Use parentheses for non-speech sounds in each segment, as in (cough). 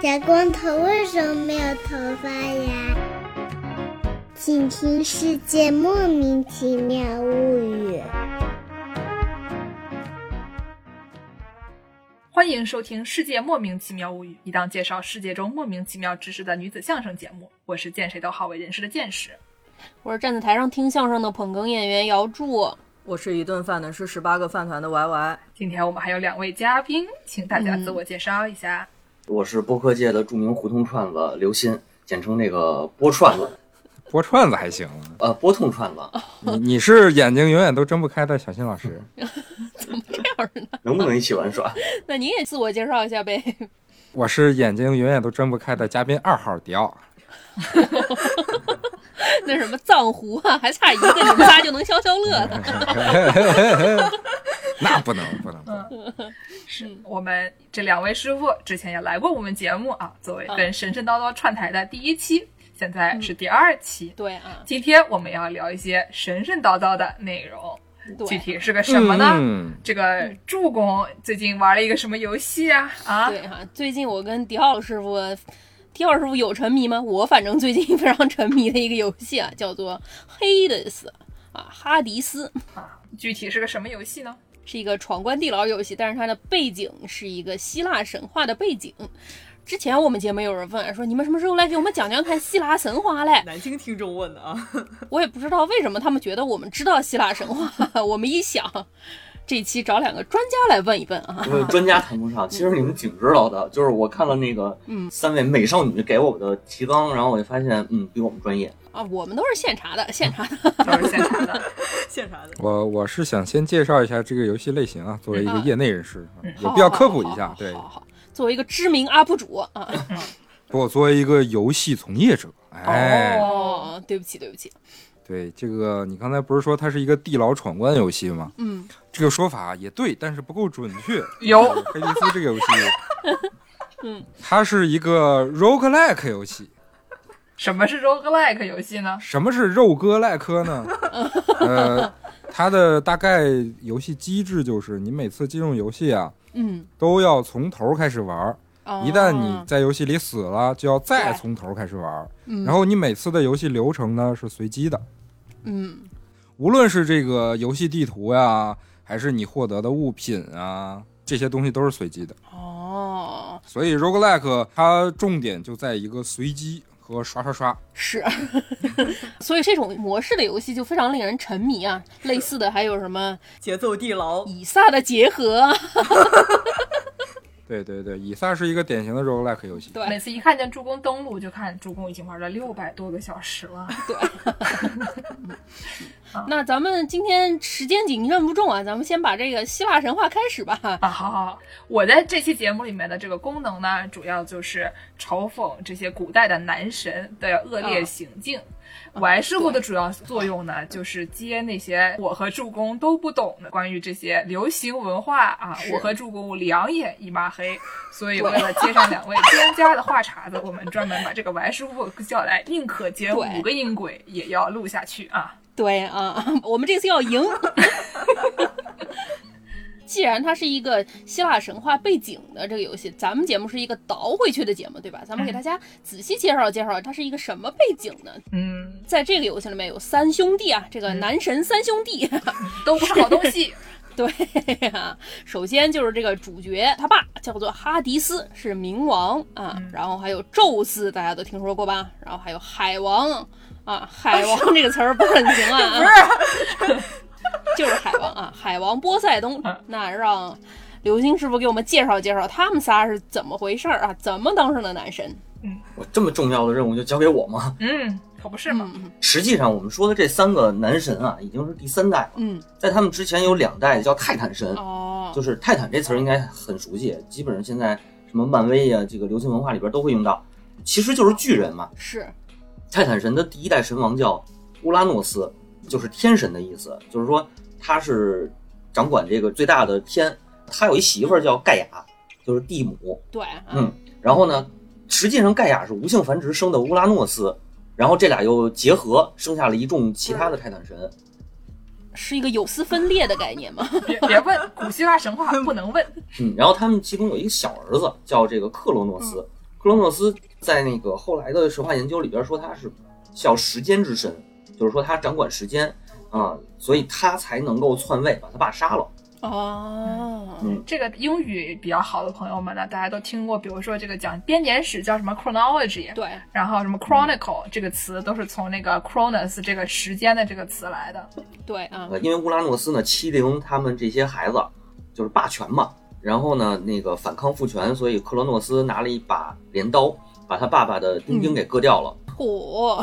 小光头为什么没有头发呀？请听《世界莫名其妙物语》。欢迎收听《世界莫名其妙物语》，一档介绍世界中莫名其妙知识的女子相声节目。我是见谁都好为人师的见识。我是站在台上听相声的捧哏演员姚 (laughs) 哎柱。我是一顿饭能吃十八个饭团的 YY，今天我们还有两位嘉宾，请大家自我介绍一下。我是播客界的著名胡同串子刘鑫，简称那个波串子，拨串子还行，呃，波痛串子，你 (laughs) 你是眼睛永远都睁不开的小新老师，这样儿呢？能不能一起玩耍？那你也自我介绍一下呗。 (laughs) 我是眼睛永远都睁不开的嘉宾二号迪奥， (laughs) 那什么藏狐啊， (laughs) 还差一个，你们仨就能消消乐 (laughs) 了。那不能不能，不嗯能是我们这两位师傅之前也来过我们节目啊，作为跟神神叨叨串台的第一期，现在是第二期。对啊，今天我们要聊一些神神叨叨的内容，具对啊体是个什么呢？嗯这个助攻最近玩了一个什么游戏啊？啊，对啊。最近我跟迪奥师傅，迪奥师傅有沉迷吗？我反正最近非常沉迷的一个游戏啊，叫做《Hades》啊，哈迪斯。具体是个什么游戏呢？是一个闯关地牢游戏，但是它的背景是一个希腊神话的背景。之前我们节目有人问说，你们什么时候来给我们讲讲看希腊神话嘞？南京听众问的啊， (laughs) 我也不知道为什么他们觉得我们知道希腊神话。 (laughs) 我们一想，这期找两个专家来问一问啊，因为专家谈不上，其实你们挺知道的。就是我看了那个嗯三位美少女给我的提纲，然后我就发现，嗯，比我们专业。啊，我们都是现查的，现查的。都是现场的。 (laughs) 现查的。我我是想先介绍一下这个游戏类型啊，作为一个嗯业内人士，啊有好必要科普一好好下好。对好，好好作为一个知名 UP 主啊，不，我作为一个游戏从业者，哎，哦，对不起，对不起，对这个你刚才不是说它是一个地牢闯关游戏吗？嗯，这个说法也对，但是不够准确。有 (laughs) 呃黑皮肤这个游戏，嗯，它是一个 roguelike 游戏。什么是 roguelike 游戏呢？什么是肉鸽赖科呢？呃，它的大概游戏机制就是，你每次进入游戏啊，嗯，都要从头开始玩儿。啊一旦你在游戏里死了，就要再从头开始玩儿。嗯然后你每次的游戏流程呢是随机的，嗯无论是这个游戏地图呀、还是你获得的物品啊，这些东西都是随机的。哦所以 roguelike 它重点就在一个随机和刷刷刷。是， (laughs) 所以这种模式的游戏就非常令人沉迷啊。类似的还有什么节奏地牢，以撒的结合啊，对对对，以撒是一个典型的 roguelike 游戏。每对次一看见助攻登录，就看助攻已经玩了六百多个小时了。对。那咱们今天时间紧任不重啊，咱们先把这个希腊神话开始吧。啊，好好好，我在这期节目里面的这个功能呢，主要就是嘲讽这些古代的男神的恶劣行径。玩师傅的主要作用呢，就是接那些我和助攻都不懂的关于这些流行文化啊。是我和助攻两眼一抹黑，所以为了接上 (laughs) 两位专家的话茬子，我们专门把这个玩师傅叫来，宁可接对五个音轨也要录下去啊。对啊， (laughs) 我们这次要赢。既然它是一个希腊神话背景的这个游戏，咱们节目是一个倒回去的节目，对吧？咱们给大家仔细介绍介绍它是一个什么背景呢？嗯，在这个游戏里面有三兄弟啊，这个男神三兄弟，都不是好东西。 (laughs) 对呀、首先就是这个主角他爸叫做哈迪斯，是冥王啊，然后还有宙斯，大家都听说过吧？然后还有海王啊，海王这个词 (laughs) 儿不是很行啊，嗯就是海王啊，海王波塞冬。那让刘星师傅给我们介绍介绍他们仨是怎么回事儿啊，怎么当上的男神？我这么重要的任务就交给我吗？ (laughs) 嗯，可不是嘛。嗯实际上，我们说的这三个男神啊，已经是第三代了。嗯在他们之前有两代叫泰坦神嗯，，哦就，是泰坦这词儿应该很熟悉，基本上现在什么漫威呀、这个流行文化里边都会用到。其实就是巨人嘛，是，泰坦神的第一代神王叫乌拉诺斯，就是天神的意思，就是说他是掌管这个最大的天。他有一媳妇儿叫盖亚，就是地母。对啊，嗯，然后呢，实际上盖亚是无性繁殖生的乌拉诺斯，然后这俩又结合，生下了一众其他的泰坦神。是一个有丝分裂的概念嘛？别别 (laughs) 问，古希腊神话不能问。嗯，然后他们其中有一个小儿子叫这个克罗诺斯，克罗诺斯在那个后来的神话研究里边说他是叫时间之神，就是说他掌管时间啊、所以他才能够篡位把他爸杀了。哦，嗯这个英语比较好的朋友们呢，大家都听过，比如说这个讲编年史叫什么 chronology，对，然后什么 chronicle 这个词都是从那个 chronos 这个时间的这个词来的。对啊，呃，因为乌拉诺斯呢欺凌他们这些孩子，就是霸权嘛。然后呢，那个反抗父权，所以克罗诺斯拿了一把镰刀，把他爸爸的丁丁给割掉了。 (laughs) 嚯，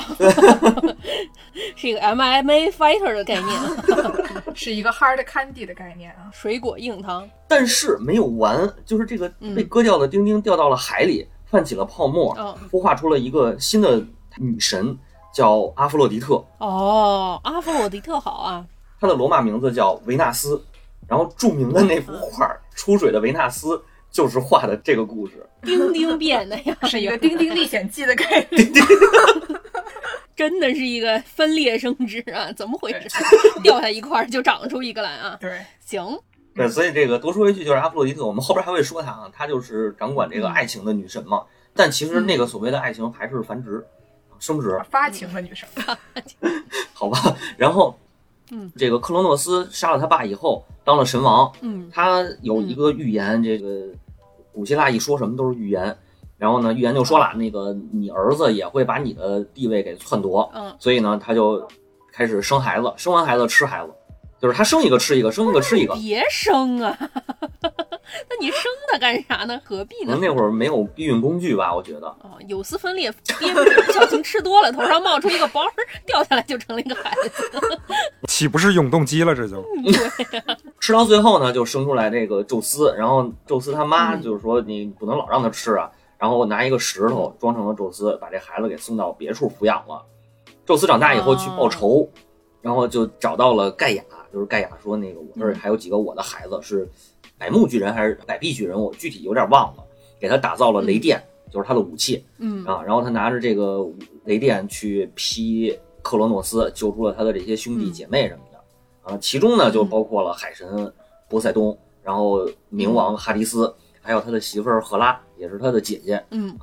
是一个 MMA fighter 的概 (laughs) 念，是一个 hard candy 的概念 (laughs) 啊。水果硬糖，但是没有完，就是这个被割掉的丁丁掉到了海里，泛起了泡沫，嗯孵化出了一个新的女神，叫阿弗洛狄特。哦，阿弗洛狄特好啊，她的罗马名字叫维纳斯，然后著名的那幅画《出水的维纳斯》就是画的这个故事。 (laughs) 丁丁变的呀，是一个《丁丁历险记》的概念， (laughs) 真的是一个分裂生殖啊，怎么回事？掉下一块儿就长出一个来啊，对，行，对，所以这个多说一句，就是阿弗洛狄特，我们后边还会说她啊，她就是掌管这个爱情的女神嘛。但其实那个所谓的爱情还是繁殖、生殖，发情的女生，好吧？然后，嗯，这个克罗诺斯杀了他爸以后，当了神王，嗯他有一个预言，这个古希腊一说什么都是预言。然后呢，预言就说了，嗯那个你儿子也会把你的地位给篡夺，嗯，所以呢，他就开始生孩子，生完孩子吃孩子，就是他生一个吃一个，生一个吃一个。别生啊， (laughs) 那你生它干啥呢？何必可呢能？那会儿没有避孕工具吧，我觉得。哦，有丝分裂，憋不小心吃多了，头上冒出一个包儿，掉下来就成了一个孩子。岂不是永动机了？这就吃到最后呢，就生出来这个宙斯，然后宙斯他妈就是说你不能老让他吃啊，然后拿一个石头装成了宙斯，把这孩子给送到别处抚养了。宙斯长大以后去报仇，然后就找到了盖亚，就是盖亚说那个我这儿还有几个我的孩子是百目巨人还是百臂巨人，我具体有点忘了，给他打造了雷电，就是他的武器嗯啊，然后他拿着这个雷电去劈克罗诺斯，救出了他的这些兄弟嗯姐妹什么的。啊，其中呢就嗯包括了海神波塞冬，然后冥王哈迪斯，还有他的媳妇儿赫拉，也是他的姐姐嗯，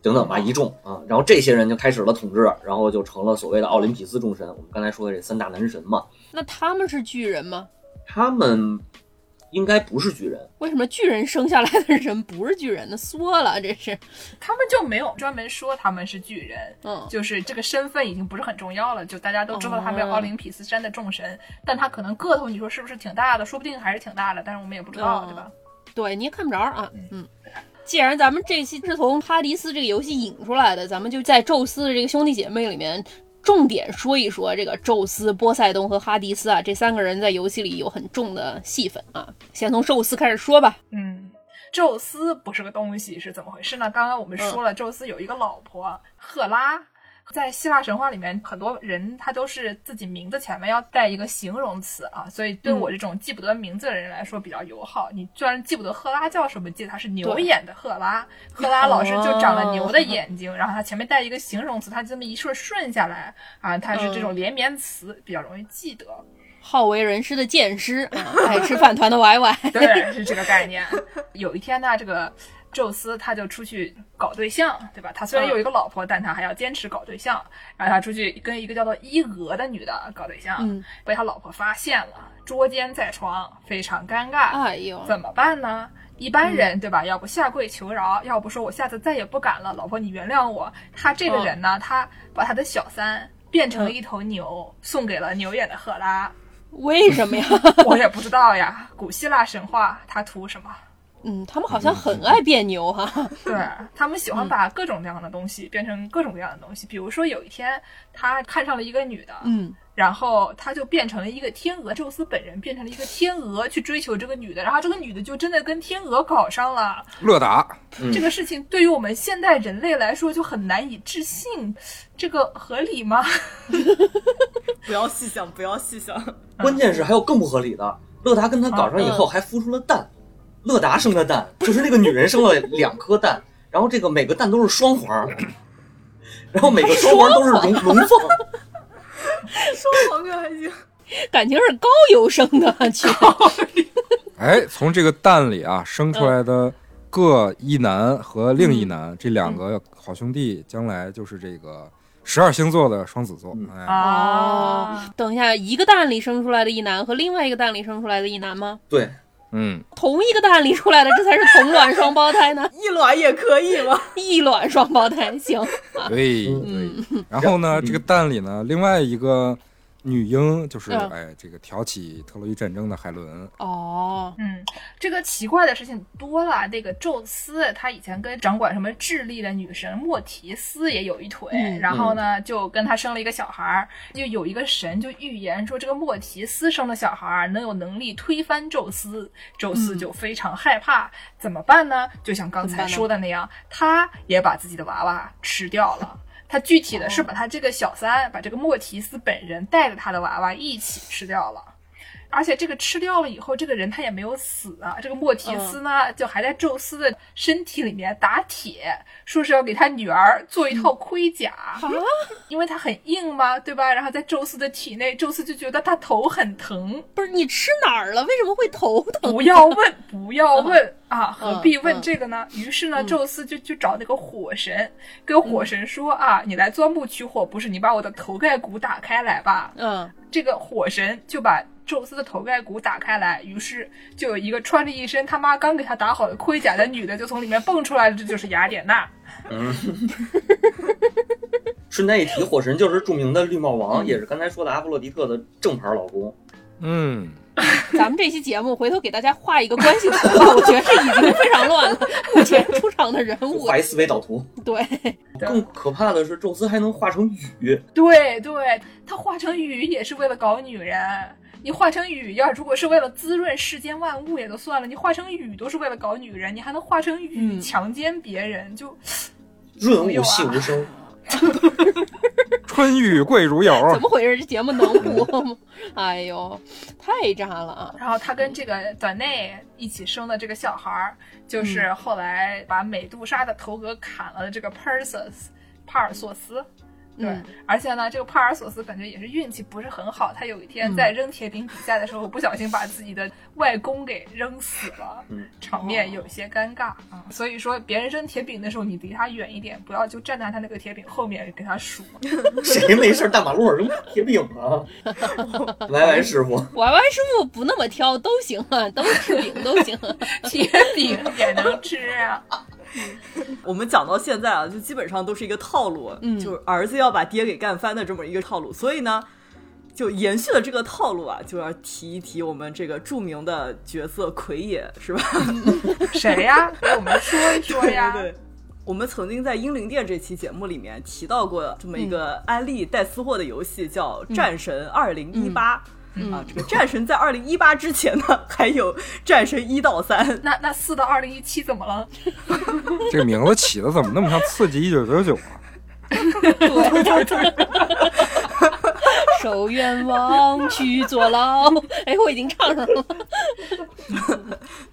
等等吧，一众啊。然后这些人就开始了统治，然后就成了所谓的奥林匹斯众神，我们刚才说的这三大男神嘛。那他们是巨人吗？他们应该不是巨人，为什么巨人生下来的人不是巨人呢？缩了，这是，他们就没有专门说他们是巨人，嗯，就是这个身份已经不是很重要了，就大家都知道他们有哦奥林匹斯山的众神，但他可能个头你说是不是挺大的，说不定还是挺大的，但是我们也不知道，哦对吧？对，你也看不着啊，嗯。既然咱们这期是从哈迪斯这个游戏引出来的，咱们就在宙斯的这个兄弟姐妹里面，重点说一说这个宙斯、波塞冬和哈迪斯啊，这三个人在游戏里有很重的戏份啊。先从宙斯开始说 (laughs) 吧，嗯。宙斯不是个东西是怎么回事呢？刚刚我们说了，宙斯有一个老婆赫拉，在希腊神话里面，很多人他都是自己名字前面要带一个形容词啊，所以对我这种记不得名字的人来说比较友好。你虽然记不得赫拉叫什么，记得她是牛对眼的赫拉，赫拉老师就长了牛的眼睛，然后她前面带一个形容词，她这么一顺顺下来啊，它是这种连绵词，比较容易记得。好为人师的剑师啊，爱吃饭团的歪 (laughs) 歪，对，是这个概念。有一天呢，这个宙斯他就出去搞对象，对吧？他虽然有一个老婆，但他还要坚持搞对象。然后他出去跟一个叫做伊俄的女的搞对象，嗯被他老婆发现了，捉奸在床，非常尴尬。哎呦，怎么办呢？一般人、对吧？要不下跪求饶，要不说我下次再也不敢了，老婆你原谅我。他这个人呢，他把他的小三变成了一头牛，送给了牛眼的赫拉。 (laughs) 为什么呀？我也不知道呀，古希腊神话他图什么？嗯，他们好像很爱别扭哈、对他们喜欢把各种各样的东西变成各种各样的东西。比如说有一天，他看上了一个女的，嗯，然后他就变成了一个天鹅，宙斯本人变成了一个天鹅去追求这个女的，然后这个女的就真的跟天鹅搞上了。乐达嗯这个事情对于我们现代人类来说就很难以置信，这个合理吗？不要细想，不要细想。 (laughs) 关键是还有更不合理的，乐达跟他搞上以后还孵出了蛋，乐达生的蛋，就是那个女人生了两颗蛋，然后这个每个蛋都是双黄儿，然后每个双黄儿都是龙龙凤。说黄哥还行，，感情是高 (laughs) 邮生的，去，哎，从这个蛋里啊生出来的各一男和另一男、嗯这两个好兄弟，将来就是这个十二星座的双子座。嗯哎，啊，等一下，一个蛋里生出来的一男和另外一个蛋里生出来的一男吗？对，嗯，同一个蛋里出来的，这才是同卵双胞胎呢 (laughs) 一卵也可以吗？异卵双胞胎行。对嗯对。然后呢，嗯这个蛋里呢，另外一个女婴就是嗯哎，这个挑起特洛伊战争的海伦。哦，嗯，这个奇怪的事情多了。那个宙斯他以前跟掌管什么智力的女神莫提斯也有一腿，嗯然后呢就跟他生了一个小孩儿，就有一个神就预言说这个莫提斯生的小孩儿能有能力推翻宙斯，宙嗯斯就非常害怕，怎么办呢？就像刚才说的那样，他也把自己的娃娃吃掉了。他具体哦的是把他这个小三，把这个莫提斯本人带着他的娃娃一起吃掉了。而且这个吃掉了以后，这个人他也没有死啊。这个莫提嗯斯呢，就还在宙斯的身体里面打铁，说是要给他女儿做一套盔甲，嗯啊因为他很硬嘛，对吧？然后在宙斯的体内，宙斯就觉得他头很疼，不是你吃哪儿了？为什么会头疼？不要问，不要问啊，嗯何必问嗯这个呢？于是呢，嗯宙斯就就找那个火神，跟火神说啊，你来钻木取火，不是你把我的头盖骨打开来吧？嗯，这个火神就把宙斯的头盖骨打开来，于是就有一个穿着一身他妈刚给他打好的盔甲的女的就从里面蹦出来了，这就是雅典娜。嗯。顺带一提，火神就是著名的绿帽王，也是刚才说的阿波洛狄特的正牌老公。嗯，咱们这期节目回头给大家画一个关系图吧，我觉得这已经非常乱了。目前出场的人物 (laughs) 画，一思维导图。对，对更可怕的是，宙斯还能化成雨。对对，他化成雨也是为了搞女人。你化成雨要如果是为了滋润世间万物也就算了，你化成雨都是为了搞女人，你还能化成雨、嗯强奸别人，就润物细无声，春雨贵如油。怎么回事？这节目能播吗？ (laughs) 哎呦，太渣了啊！然后他跟这个短内一起生的这个小孩儿，就是后来把美杜莎的头额砍了的这个 Perseus 帕尔索斯。对，嗯而且呢，这个帕尔索斯感觉也是运气不是很好，他有一天在扔铁饼比赛的时候，不小心把自己的外公给扔死了，嗯 (laughs) 场面有些尴尬啊。所以说，别人扔铁饼的时候，你离他远一点，不要就站在他那个铁饼后面给他 (laughs) 数。谁没事儿大马路上扔铁饼 (laughs) 啊？歪歪师傅， Y Y 师傅不那么挑都行啊，都吃饼都行。啊铁饼也能吃啊！我们讲到现在啊，就基本上都是一个套路，嗯就是儿子要把爹给干翻的这么一个套路。所以呢，就延续了这个套路啊，就要提一提我们这个著名的角色奎爷，是吧？谁呀？给我们说一说呀！ (laughs) 对对对。我们曾经在英灵殿这期节目里面提到过这么一个安利带私货的游戏，叫《战神二零一八》。啊，这个战神在二零一八之前呢， (laughs) 还有战神一到三，那那四到二零一七怎么了？这个名字起的怎么那么像刺激一九九九啊？ (laughs) 受冤枉去坐牢。哎，我已经唱上了。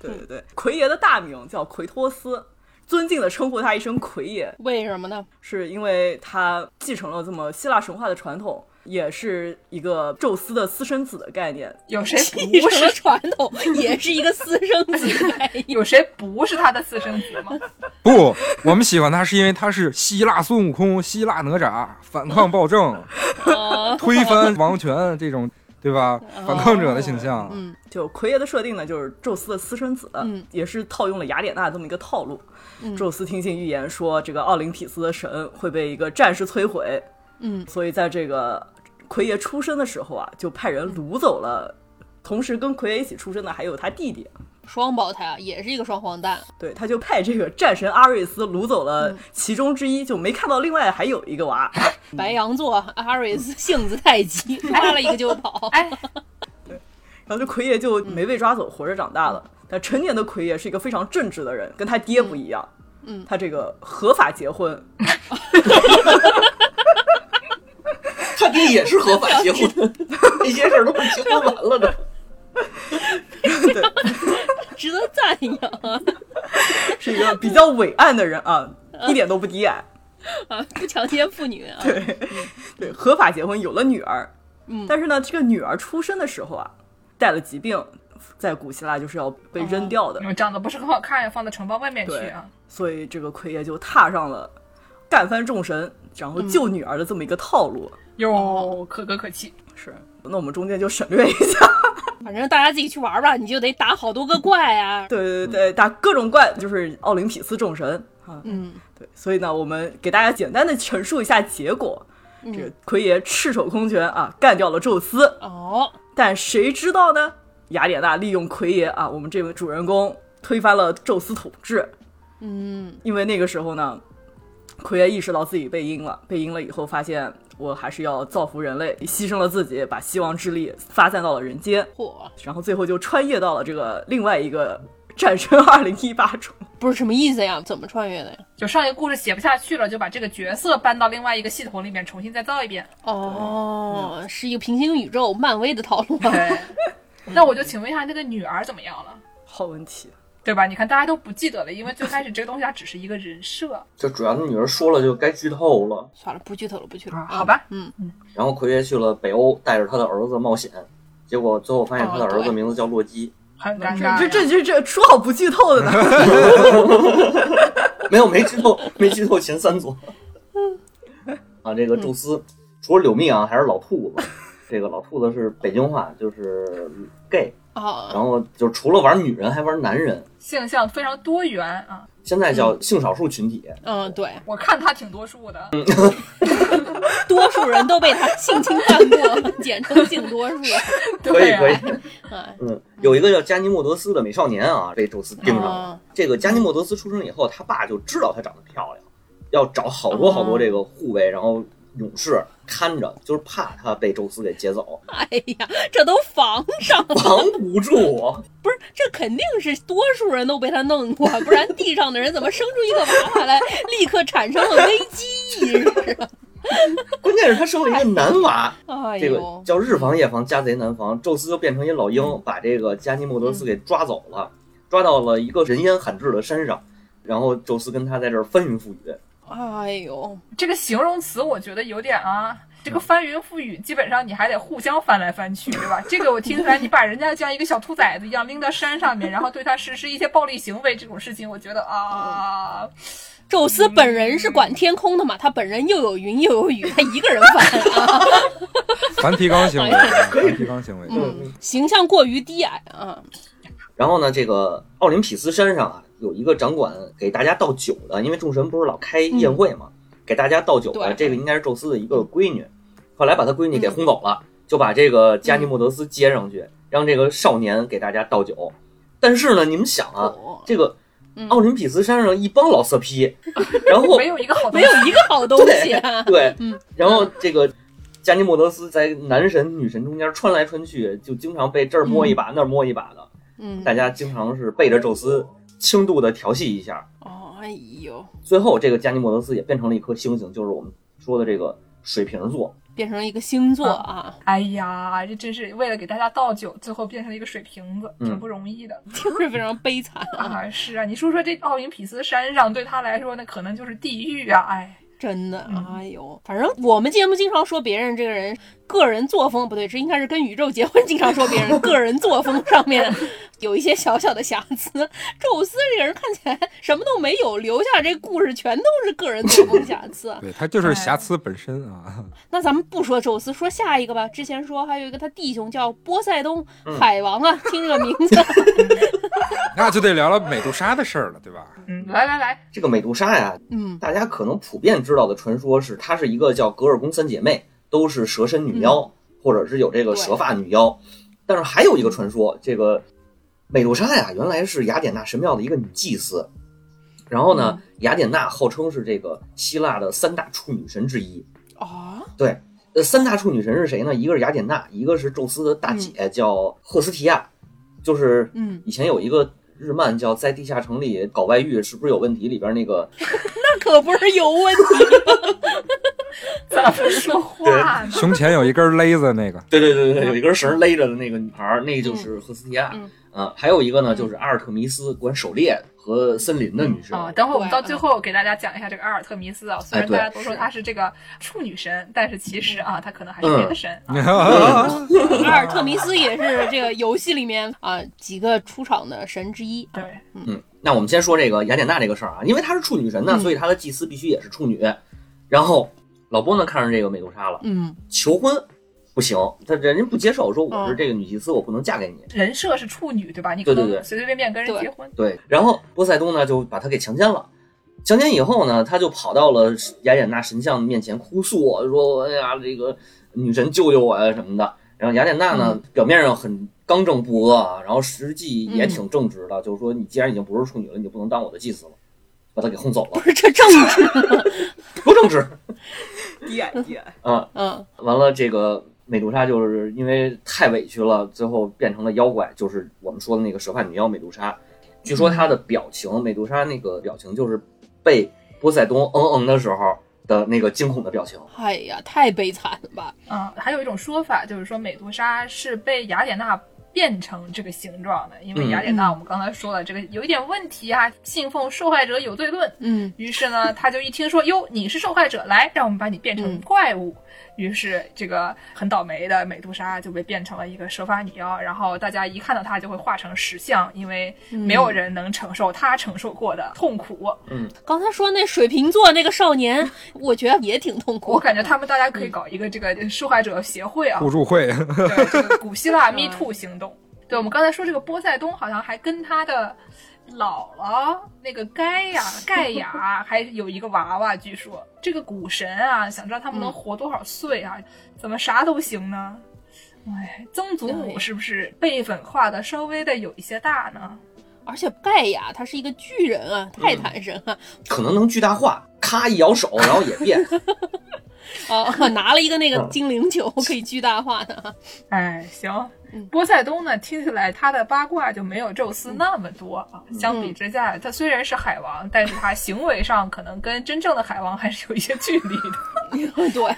对对对，奎爷的大名叫奎托斯，尊敬的称呼他一声奎爷，为什么 (laughs) 呢？是因为他继承了这么希腊神话的传统，也是一个宙斯的私生子的概念。有谁继不承了是？传统， (laughs) 也是一个私生子的概 (laughs) 念。有谁不是他的私生 (laughs) 子吗？不，我们喜欢他是因为他是希腊孙悟空、希腊哪吒，反抗暴 (laughs) 政、哦推翻王权这种，对吧？反抗者的形象。嗯就奎爷的设定呢，就是宙斯的私生子，嗯也是套用了雅典娜这么一个套路。嗯宙斯听信预言说，这个奥林匹斯的神会被一个战士摧毁，嗯所以在这个奎爷出生的时候啊，就派人嗯掳走了。同时跟奎爷一起出生的还有他弟弟，双胞胎啊，也是一个双黄蛋。对，他就派这个战神阿瑞斯掳走嗯了其中之一，就没看到另外还有一个娃。白羊座阿瑞斯性子太急，抓了一个就跑。哎，然后这奎爷就嗯没被抓走，活着长大了。但成年的奎爷是一个非常正直的人，跟他爹不一样。嗯嗯他这个合法结婚，他爹也是合法结婚，这些事儿都快结婚完了的。对， (laughs) 值得赞扬啊！是一个比较伟岸的人啊，一点都不低矮。不强奸妇女啊，对，合法结婚有了女儿，嗯但是呢，这个女儿出生的时候啊，带了疾病，在古希腊就是要被扔掉的因，为长得不是很好看，放到城堡外面去对啊。所以这个奎爷就踏上了干翻众神，然后救女儿的这么一个套路。哟，可歌可泣。是， (laughs) 那我们中间就省略一下。反正大家自己去玩吧，你就得打好多个怪啊。对对对，打各种怪就是奥林匹斯众神啊。嗯，对，所以呢，我们给大家简单的陈述一下结果。这个奎爷赤手空拳啊，干掉了宙斯，哦，但谁知道呢？雅典娜利用奎爷啊，我们这位主人公推翻了宙斯统治，嗯，因为那个时候呢，奎爷意识到自己被阴了，被阴了以后发现我还是要造福人类，牺牲了自己，把希望之力发散到了人间，嚯，然后最后就穿越到了这个另外一个战神二零一八中。 (laughs) 不是什么意思呀？怎么穿越的呀？就上一个故事写不下去了，就把这个角色搬到另外一个系统里面重新再造一遍。哦，是一个平行宇宙，漫威的套路啊。对， (laughs) 那我就请问一下，那个女儿怎么样了？好问题，啊对吧？你看大家都不记得了，因为最开始这个东西它只是一个人设，这主要他女儿说了就该剧透了。算了，不剧透了，不剧透了。好吧？嗯，然后奎爷去了北欧，带着他的儿子冒险，结果最后发现他的哦儿子对名字叫洛基。很尴尬。这这这这说好不剧透的呢？ (laughs) 没有，没剧透， (laughs) 没剧透前三组。啊，这个宙斯除了柳密啊，还是老兔子。这个老兔子是北京话，就是 gay，哦，然后就除了玩女人，还玩男人。性向非常多元啊，现在叫性少数群体，嗯，对，我看他挺多数的。多数人都被他性侵犯过， (laughs) 简称性多数。 (laughs) 可以对啊可以。哎，嗯，有一个叫加尼莫德斯的美少年啊，被宙斯盯上了。哦，这个加尼莫德斯出生以后，他爸就知道他长得漂亮，要找好多好哦多这个护卫，然后勇士看着，就是怕他被宙斯给劫走，哎呀，这都防上了，防不住。不是？这肯定是多数人都被他弄过，不然地上的人怎么生出一个娃娃来，立刻产生了危机 (laughs) 意识？关键是他生了一个男娃，哎这个呦，叫日防夜防，家贼难防。宙斯就变成一老鹰，嗯把这个加尼莫德斯给抓走了，抓到了一个人烟罕至的山上，然后宙斯跟他在这儿翻云覆雨。哎嗯呦，这个形容词我觉得有点啊，这个翻云覆雨，基本上你还得互相翻来翻去，对吧？这个我听起来，你把人家像一个小兔崽子一样拎到山上面，然后对他实施一些暴力行为，这种事情，我觉得啊，宙斯本人是管天空的嘛，他本人又有云又有雨，他一个人翻啊，反提纲行为，反提纲行为。嗯，形象过于低矮啊，然后呢，这个奥林匹斯山上啊，有一个掌管给大家倒酒的，因为众神不是老开宴会嘛，给大家倒酒的，对这个应该是宙斯的一个闺女，后来把他闺女给轰走了，就把这个加尼莫德斯接上去，让这个少年给大家倒酒。但是呢，你们想啊，哦这个奥林匹斯山上一帮老色批，然后嗯没有一个好东没西有。一个好东西啊。对，嗯然后这个加尼莫德斯在男神女神中间穿来穿去，就经常被这儿摸一把、那儿摸一把的，嗯，大家经常是背着宙斯轻度的调戏一下。哦，哎呦，最后，这个加尼莫德斯也变成了一颗星星，就是我们说的这个水瓶座。变成了一个星座啊，哎呀，这真是为了给大家倒酒，最后变成了一个水瓶子，嗯挺不容易的、就是 (laughs) 非常悲惨啊，啊！是啊，你说说这奥林匹斯山上对他来说，那可能就是地狱啊！哎，真的，哎呦，反正我们节目经常说别人这个人个人作风不对，这应该是跟宇宙结婚经常说别 (laughs) 人个人作风上面有一些小小的瑕疵。宙斯这个人看起来什么都没有，留下这故事全都是个人作风瑕疵 (laughs) 啊。对他就是瑕疵本身啊，那咱们不说宙斯，说下一个吧。之前说还有一个他弟兄叫波塞冬嗯海王啊，听这个名 (laughs) 字，那就得聊聊美杜莎的事儿了，对吧？嗯，来来来，这个美杜莎呀，嗯，大家可能普遍知道的传说是，她是一个叫格尔宫三姐妹，都是蛇身女妖，或者是有这个蛇发女妖。但是还有一个传说，这个美杜莎呀，原来是雅典娜神庙的一个女祭司。然后呢，雅典娜号称是这个希腊的三大处女神之一。啊，对，呃，三大处女神是谁呢？一个是雅典娜，一个是宙斯的大姐、叫赫斯提亚，就是嗯以前有一个日漫叫《在地下城里搞外遇是不是有问题》里边 (laughs) 那个那可不是有问题。咱们说话呢。胸前有一根勒子那个， (laughs) 对对对对，有一根绳勒着的那个女孩，儿，那就是赫斯提亚。嗯嗯啊，还有一个呢，就是阿尔特弥斯管狩猎和森林的女神。哦啊，等会儿我们到最后给大家讲一下这个阿尔特弥斯啊。哎虽然大家都说她是这个处女神，但是其实啊，她可能还是别的神啊。嗯 (laughs) 阿尔特弥斯也是这个游戏里面啊几个出场的神之一。对，嗯，那我们先说这个雅典娜这个事儿啊，因为她是处女神嗯呢，所以她的祭司必须也是处女。然后老波呢看上这个美杜莎了，嗯，求婚不行，他人家不接受，说我是这个女祭司，我不能嫁给你。人设是处女对吧？你可能对对对随随便便跟人结婚，对，然后波塞冬呢就把她给强奸了。强奸以后呢，他就跑到了雅典娜神像面前哭诉，说：“哎呀，这个女神救救我呀什么的。”然后雅典娜呢，表面上很刚正不阿啊，然后实际也挺正直的，就是说你既然已经不是处女了，你就不能当我的祭司了，把她给轰走了不，是这正直，多正直低矮低矮，啊！嗯，完了，这个美杜莎就是因为太委屈了，最后变成了妖怪，就是我们说的那个蛇发女妖美杜莎。据说她的表情，美杜莎那个表情就是被波塞冬嗯嗯的时候的那个惊恐的表情。哎呀，太悲惨了吧！嗯，还有一种说法就是说，美杜莎是被雅典娜变成这个形状的，因为嗯雅典娜嗯我们刚才说了，这个有一点问题啊，信奉受害者有罪论。嗯，于是呢，他就一听说哟，你是受害者，来，让我们把你变成嗯怪物。于是这个很倒霉的美杜莎就被变成了一个蛇发女妖，然后大家一看到她就会化成石像，因为没有人能承受她承受过的痛苦。刚才说那水瓶座那个少年，我觉得也挺痛苦。我感觉他们大家可以搞一个这个受害者协会啊，互助会， (laughs) 对，这个古希腊嗯 Me Too 行动。对，我们刚才说这个波塞冬好像还跟他的姥姥那个盖亚盖亚 (laughs) 还有一个娃娃，据说这个古神啊，想知道他们能嗯活多少岁啊？怎么啥都行呢？哎，曾祖母对是不是辈分跨的稍微的有一些大呢？而且盖亚他是一个巨人啊，泰坦神啊，可能能巨大化，咔一摇手，然后也变。啊，拿了一个那个精灵球可以巨大化的。啊哎，行嗯，波塞冬呢，听起来他的八卦就没有宙斯那么多啊。嗯相比之下，他虽然是海王，但是他行为上可能跟真正的海王还是有一些距离的。 (laughs) 对，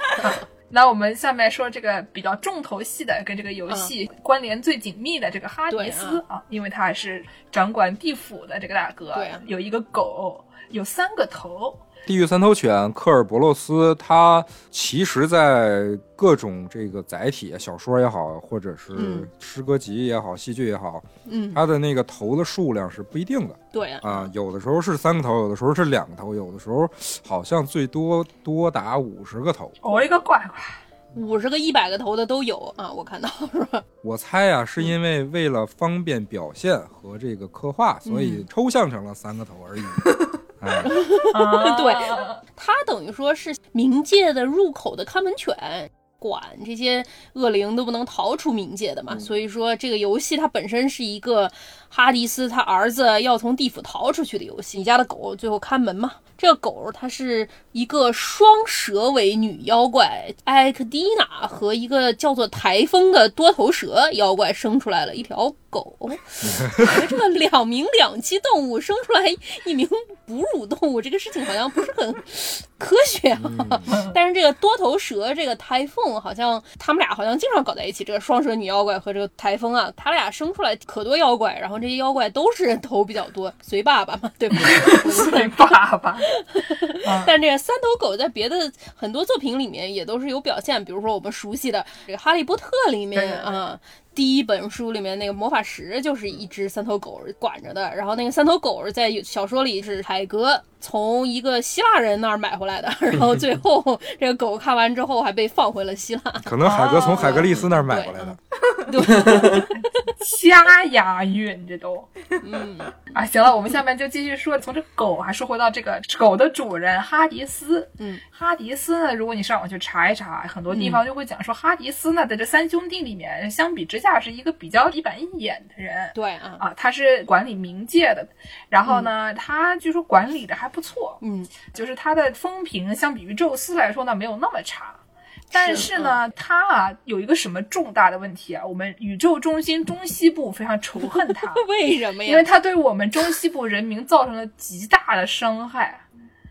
那我们下面说这个比较重头戏的，跟这个游戏关联最紧密的这个哈迪斯嗯对啊，因为他是掌管地府的这个大哥对啊，有一个狗，有三个头，地狱三头犬科尔伯洛斯，它其实，在各种这个载体，小说也好，或者是嗯诗歌集也好，戏剧也好，嗯，它的那个头的数量是不一定的对啊，啊、有的时候是三个头，有的时候是两个头，有的时候好像最多多达五十个头。我一个乖乖， (laughs) 五十个、一百个头的都有啊，我看到是吧？我猜啊，是因为为了方便表现和这个刻画，所以嗯抽象成了三个头 (laughs) 而已。哎，啊对它等于说是冥界的入口的看门犬，管这些恶灵都不能逃出冥界的嘛。所以说这个游戏它本身是一个哈迪斯他儿子要从地府逃出去的游戏。你家的狗最后看门嘛？这个狗它是一个双蛇尾女妖怪艾克蒂娜和一个叫做台风的多头蛇妖怪生出来了一条狗。这个两名两栖动物生出来一名哺乳动物，这个事情好像不是很科学啊。 (laughs) 但是这个多头蛇，这个台风，好像他们俩好像经常搞在一起。这个双蛇女妖怪和这个台风啊，他俩生出来可多妖怪，然后这些妖怪都是 (laughs) 头比较多，随爸爸嘛，对吧？对，爸爸，但这个三头狗在别的很多作品里面也都是有表现，比如说我们熟悉的这个《哈利波特》对里面对对啊。第一本书里面那个魔法石就是一只三头狗管着的，然后那个三头狗在小说里是海格从一个希腊人那儿买回来的，然后最 (laughs) 后这个狗看完之后还被放回了希腊。可能海哥从海格力斯那儿买过来的。哦 (laughs) 瞎押韵，这都。嗯，啊，行了，我们下面就继续说，从这狗还说回到这个狗的主人哈迪斯。嗯，哈迪斯呢，如果你上网去查一查，很多地方就会讲说，哈迪斯呢，在这三兄弟里面，相比之下是一个比较一板一眼的人。对啊，啊，他是管理冥界的，然后呢，他据说管理的还不错，嗯，就是他的风评相比于宙斯来说呢，没有那么差。但是嗯是呢，他啊有一个什么重大的问题啊？我们宇宙中心中西部非常仇恨 (laughs) 他，为什么因为呀？它对我们中西部人民造成了极大的伤害。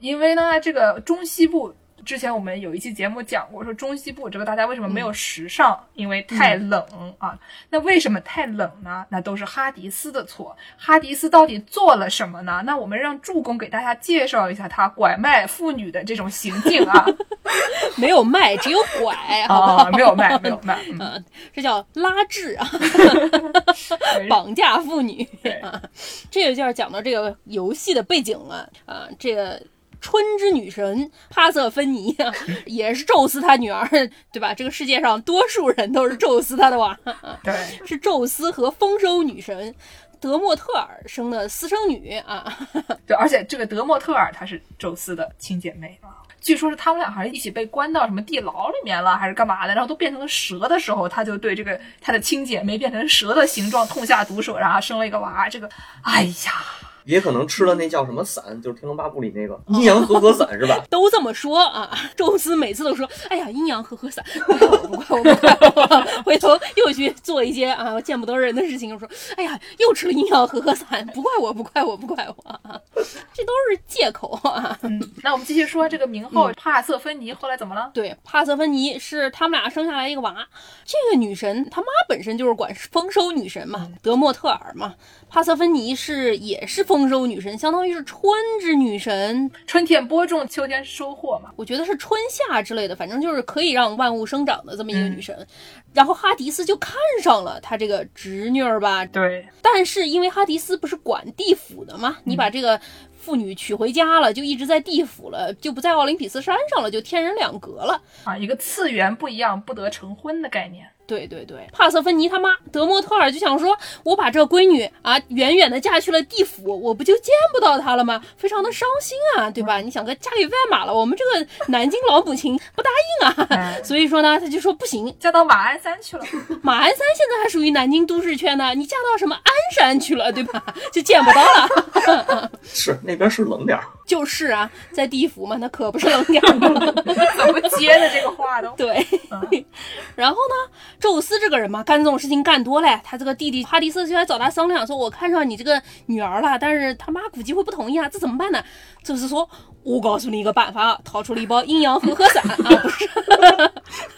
因为呢，这个中西部之前我们有一期节目讲过，说中西部这个大家为什么没有时尚，因为太冷、啊。那为什么太冷呢？那都是哈迪斯的错。哈迪斯到底做了什么呢？那我们让助攻给大家介绍一下他拐卖妇女的这种行径啊没有卖，只有拐，好不好？啊，没有卖，没有卖，嗯嗯，这叫拉制 (laughs) 啊，绑架妇女对啊，这个就要讲到这个游戏的背景了啊，这个。春之女神帕瑟芬妮啊， (laughs) 也是宙斯他女儿，对吧？这个世界上多数人都是宙斯他的娃，对。是宙斯和丰收女神德莫特尔生的私生女啊。对，而且这个德莫特尔她是宙斯的亲姐妹啊。据说是他们俩好像一起被关到什么地牢里面了，还是干嘛的？然后都变成了蛇的时候，他就对这个他的亲姐妹变成蛇的形状痛下毒手，然后生了一个娃。这个，哎呀，也可能吃了那叫什么散，就是《天龙八部》里那个阴阳和合散是吧？都这么说啊，宙斯每次都说：“哎呀，阴阳和合散， (laughs) 不怪我，不怪我，不怪我。”回头又去做一些啊见不得人的事情，又说：“哎呀，又吃了阴阳和合散，不怪我，不怪我，不怪我。”啊，这都是借口啊。嗯，那我们继续说这个名后帕瑟芬妮后来怎么了？对，帕瑟芬妮是他们俩生下来一个娃，这个女神她妈本身就是管丰收女神嘛，德莫特尔嘛。帕瑟芬妮是也是丰收女神，相当于是春之女神，春天播种，秋天收获嘛。我觉得是春夏之类的，反正就是可以让万物生长的这么一个女神。然后哈迪斯就看上了她这个侄女儿吧，对，但是因为哈迪斯不是管地府的嘛，你把这个妇女娶回家了，就一直在地府了，就不在奥林匹斯山上了，就天人两隔了。啊，一个次元不一样，不得成婚的概念。对对对，帕瑟芬妮他妈德莫特尔就想说，我把这闺女啊远远的嫁去了地府，我不就见不到她了吗？非常的伤心啊，对吧？你想个家里外马了，我们这个南京老母亲不答应啊，哎，所以说呢，他就说不 (laughs) 行，嫁到马鞍山去了。马鞍山现在还属于南京都市圈呢，你嫁到什么鞍山去了，对吧？就见不到了。 (laughs) 是那边是冷点儿，就是啊，在地府嘛，那可不是冷点儿吗？怎么接的这个话都？对，然后呢，宙斯这个人嘛，干这种事情干多了，他这个弟弟哈迪斯就来找他商量，说我看上你这个女儿了，但是他妈估计会不同意啊，这怎么办呢？宙斯说，我告诉你一个办法，掏出了一包阴阳和合散啊，不是，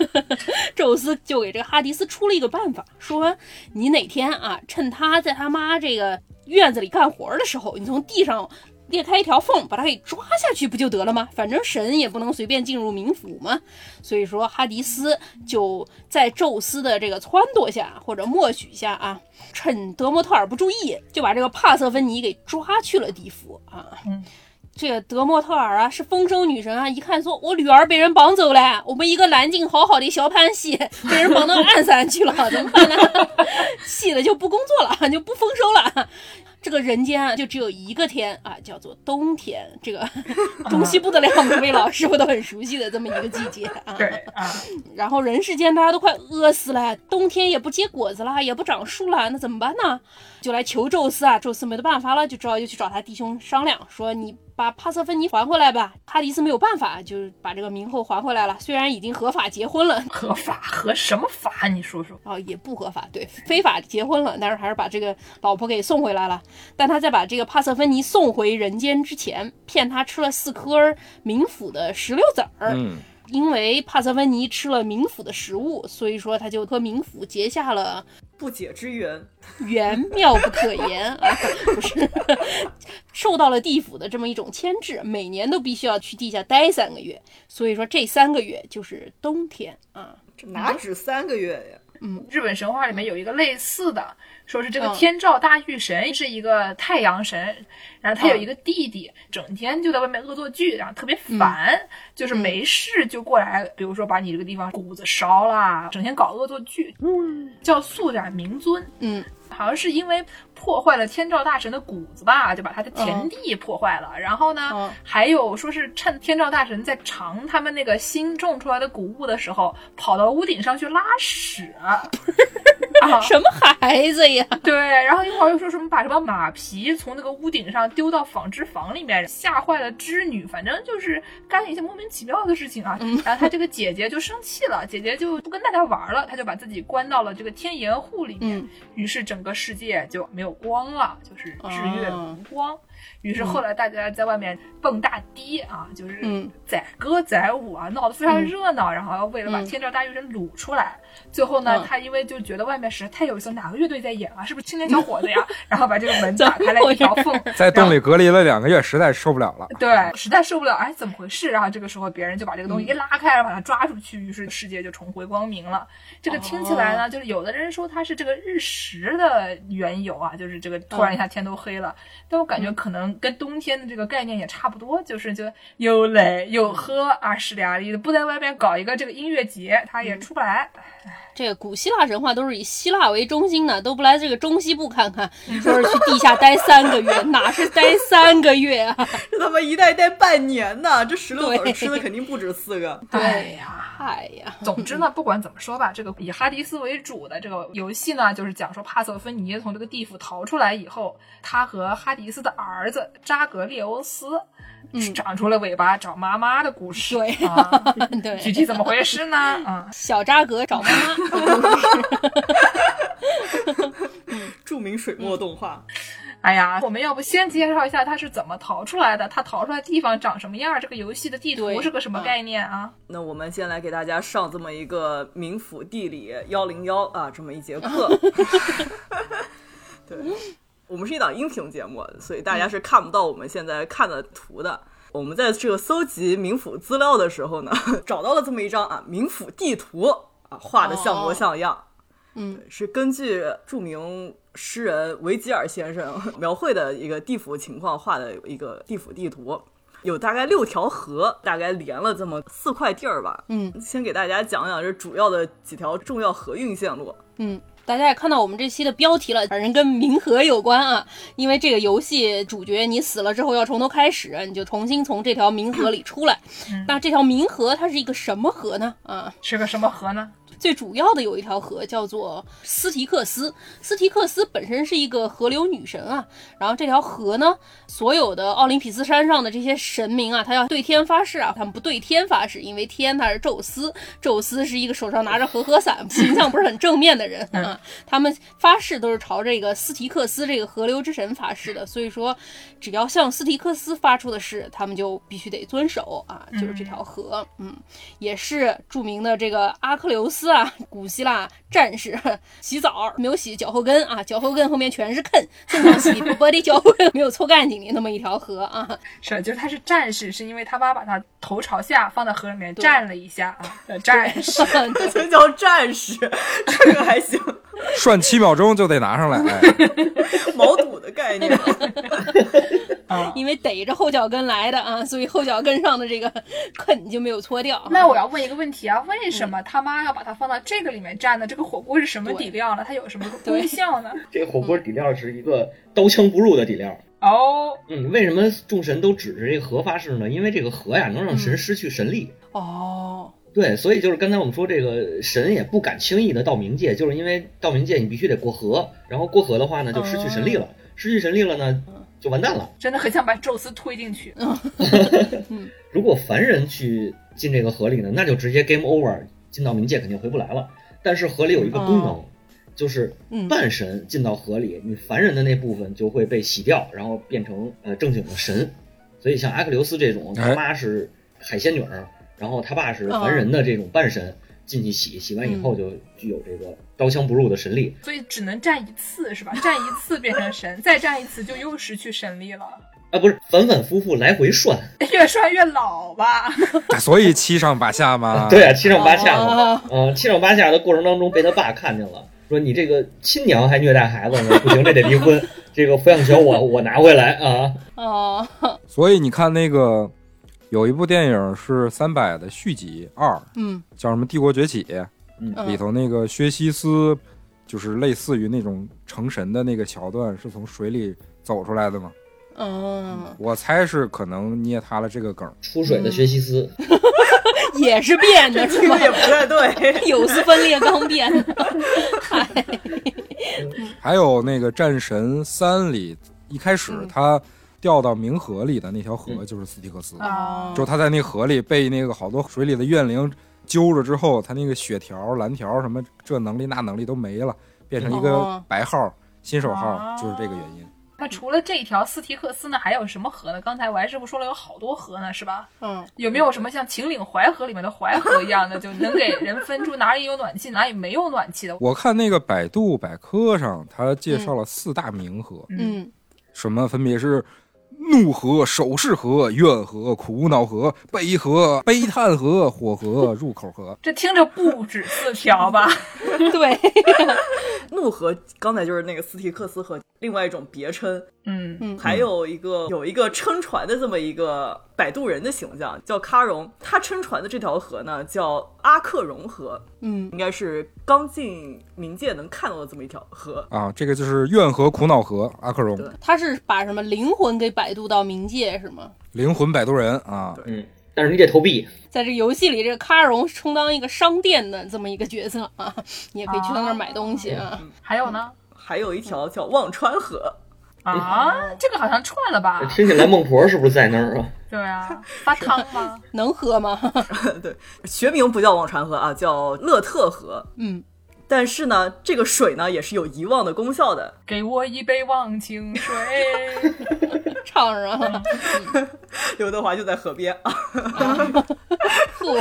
(laughs) 宙斯就给这个哈迪斯出了一个办法，说你哪天啊，趁他在他妈这个院子里干活的时候，你从地上裂开一条缝，把他给抓下去不就得了吗？反正神也不能随便进入冥府嘛。所以说，哈迪斯就在宙斯的这个撺掇下或者默许下啊，趁德莫特尔不注意，就把这个帕瑟芬妮给抓去了地府啊。嗯这个德莫特尔啊，是丰收女神啊！一看说，我女儿被人绑走了，我们一个南京好好的小潘西被人绑 (laughs) 到鞍山去了，怎么办呢？ (laughs) 气的就不工作了，就不丰收了。这个人间啊，就只有一个天啊，叫做冬天。这个 (laughs) 中西部的两位老师傅都很熟悉的这么一个季节啊。对啊，然后人世间大家都快饿死了，冬天也不结果子啦，也不长树啦，那怎么办呢？就来求宙斯啊！宙斯没得办法了，就只好又去找他弟兄商量，说你把帕瑟芬妮还回来吧。哈迪斯没有办法，就是把这个冥后还回来了，虽然已经合法结婚了。合法合什么法？你说说。啊、也不合法，对，非法结婚了，但是还是把这个老婆给送回来了。但他在把这个帕瑟芬妮送回人间之前，骗他吃了四颗冥府的石榴籽儿， (laughs) 嗯，因为帕瑟芬妮吃了冥府的食物，所以说他就和冥府结下了不解之缘，缘妙不可言啊，不是，受到了地府的这么一种牵制，每年都必须要去地下待三个月，所以说这三个月就是冬天啊。这哪嗯止三个月呀？日本神话里面有一个类似的，说是这个嗯天照大御神是一个太阳神，然后他有嗯一个弟弟，整天就在外面恶作剧，然后特别烦，嗯就是没事就过来，比如说把你这个地方谷子烧啦，整天搞恶作剧，叫素染明尊，嗯，好像是因为破坏了天照大神的谷子吧，就把他的田地破坏了。然后呢，嗯还有说是趁天照大神在尝他们那个新种出来的谷物的时候，跑到屋顶上去拉屎。啊，什么孩子呀？ (laughs) 对，然后一会儿又说什么把什么马皮从那个屋顶上丢到纺织房里面，吓坏了织女，反正就是干了一些莫名其妙的事情啊。嗯然后他这个姐姐就生气了，姐姐就不跟大家玩了，她就把自己关到了这个天岩户里面，嗯于是整个世界就没有光了，就是日月无光。于是后来大家在外面蹦大迪啊，就是嗯载歌载舞啊，闹得非常热闹。然后为了把嗯天照大御神掳出来，最后呢，嗯他因为就觉得外面实在太有意思，哪个乐队在演啊？是不是青年小伙子呀？然后把这个门打开来一条缝，在洞里隔离了两个月，实在受不了了。对，实在受不了，哎，怎么回事？然后这个时候别人就把这个东西一拉开，然后把它抓出去，于是世界就重回光明了。这个听起来呢，就是有的人说它是这个日食的缘由啊，就是这个突然一下天都黑了。但我感觉可能跟冬天的这个概念也差不多，就是就又累又喝啊，是俩的，不在外面搞一个这个音乐节，他也出不来。这个古希腊神话都是以希腊为中心的，都不来这个中西部看看，说是去地下待三个月，哪是待三个月啊？这他妈一代代半年呢，这十六对口吃的肯定不止四个。哎呀。哎呀，总之 (laughs) 呢，不管怎么说吧，这个以哈迪斯为主的这个游戏呢，就是讲说帕瑟芬尼从这个地府逃出来以后，他和哈迪斯的儿子扎格列欧斯，嗯长出了尾巴找妈妈的故事。对啊， (laughs) 对，具体怎么回事呢？啊，小扎格找妈妈，著名水墨动画，哎呀，我们要不先介绍一下他是怎么逃出来的，他逃出来的地方长什么样儿，这个游戏的地图对是个什么嗯概念啊？那我们先来给大家上这么一个民府地理幺零幺啊，这么一节课。对，我们是一档音频节目，所以大家是看不到我们现在看的图的。我们在这个搜集民府资料的时候呢， (laughs) 找到了这么一张啊民府地图啊，画的像模像样。嗯对，是根据著名诗人维吉尔先生 (laughs) 描绘的一个地府情况画的一个地府地图。有大概六条河，大概连了这么四块地儿吧。嗯先给大家讲讲这主要的几条重要河运线路。嗯，大家也看到我们这期的标题了，反正跟冥河有关啊。因为这个游戏主角你死了之后要从头开始，你就重新从这条冥河里出来。那这条冥河它是一个什么河呢？啊，是个什么河呢？最主要的有一条河叫做斯提克斯，斯提克斯本身是一个河流女神啊。然后这条河呢，所有的奥林匹斯山上的这些神明啊，他要对天发誓啊，他们不对天发誓，因为天他是宙斯，宙斯是一个手上拿着和合伞，形象不是很正面的人啊。他们发誓都是朝这个斯提克斯这个河流之神发誓的，所以说只要向斯提克斯发出的誓，他们就必须得遵守啊，就是这条河，嗯。也是著名的这个阿克琉斯啊， (laughs) 古希腊战士 (laughs) 洗澡没有洗脚后跟啊，脚后跟后面全是坑，经常洗不把这脚后跟没有搓干净的那么一条河啊， (laughs) 是，就是他是战士，是因为他妈把他头朝下放在河里面对站了一下啊，呃战士。这才叫战士，这个还行，涮七秒钟就得拿上来，哎，毛肚的概念。因为逮着后脚跟来的啊，所以后脚跟上的这个坑就没有搓掉。那我要问一个问题啊，为什么他妈要把它放到这个里面蘸呢？这个火锅是什么底料呢？它有什么功效呢？ (laughs) 这火锅底料是一个刀枪不入的底料。哦，嗯，为什么众神都指着这个河发誓呢？因为这个河呀，能让神失去神力。 (laughs) 哦，对，所以就是刚才我们说，这个神也不敢轻易的到冥界，就是因为到冥界你必须得过河，然后过河的话呢，就失去神力了，失去神力了呢，就完蛋了。真的很想把宙斯推进去。如果凡人去进这个河里呢，那就直接 game over，进到冥界肯定回不来了。但是河里有一个功能，就是嗯半神进到河里，你凡人的那部分就会被洗掉，然后变成呃正经的神。所以像阿克琉斯这种，哎他妈是海仙女儿，然后他爸是凡人的这种半神。进去洗，洗完以后就具有这个刀枪不入的神力。所以只能蘸一次是吧？蘸一次变成神，再蘸一次就又失去神力了，啊，不是反反复复来回涮，越涮越老吧？所以七上八下嘛。 (laughs) 对，啊，七上八下嘛。哦嗯，七上八下的过程当中被他爸看见了，说你这个亲娘还虐待孩子呢，不行，这得 (laughs) 离婚。这个抚养权我我拿回来啊。哦，所以你看那个有一部电影是三百的续集二，嗯叫什么《帝国崛起》，里嗯头那个薛西斯，就是类似于那种成神的那个桥段，是从水里走出来的嘛？嗯，我猜是可能捏塌了这个梗。出水的学习斯，也是变的，是这 (laughs) 吗个？也不太对。有丝分裂刚变， (laughs) 哎还有那个《战神三》里，一开始嗯他掉到冥河里的那条河就是斯提克斯，啊就他在那河里被那个好多水里的怨灵揪着之后，他那个血条、蓝条什么这能力那能力都没了，变成一个哦白号、新手号哦，就是这个原因。那除了这一条斯提克斯呢，还有什么河呢？刚才王师傅说了有好多河呢，是吧？嗯，有没有什么像秦岭淮河里面的淮河一样的，就能给人分出哪里有暖气，哪里没有暖气的？我看那个百度百科上，他介绍了四大冥河，嗯，什么分别是怒河、手势河、怨河、苦恼河、悲河、悲叹河、火河、入口河。这听着不止四条吧？对， (laughs) 怒河刚才就是那个斯提克斯河，另外一种别称，嗯，还有一个有一个撑船的这么一个摆渡人的形象，叫喀戎。他撑船的这条河呢，叫阿克戎河，嗯，应该是刚进冥界能看到的这么一条河。啊，这个就是怨河、苦恼河、阿克荣对、他是把什么灵魂给摆渡到冥界是吗？灵魂摆渡人啊，对嗯，但是你得投币，在这游戏里，这个卡戎充当一个商店的这么一个角色啊，你也可以去到那儿买东西啊。还有呢？还有一条叫忘川河，啊，这个好像串了 (laughs) 吧？听起来孟婆是不是在那儿啊？对啊，发汤吗？能喝吗？对，学名不叫忘川河啊，叫勒特河。嗯，但是呢，这个水呢也是有遗忘的功效的，给我一杯忘情水。唱上 (laughs) 啊，刘德华就在河边啊，吐，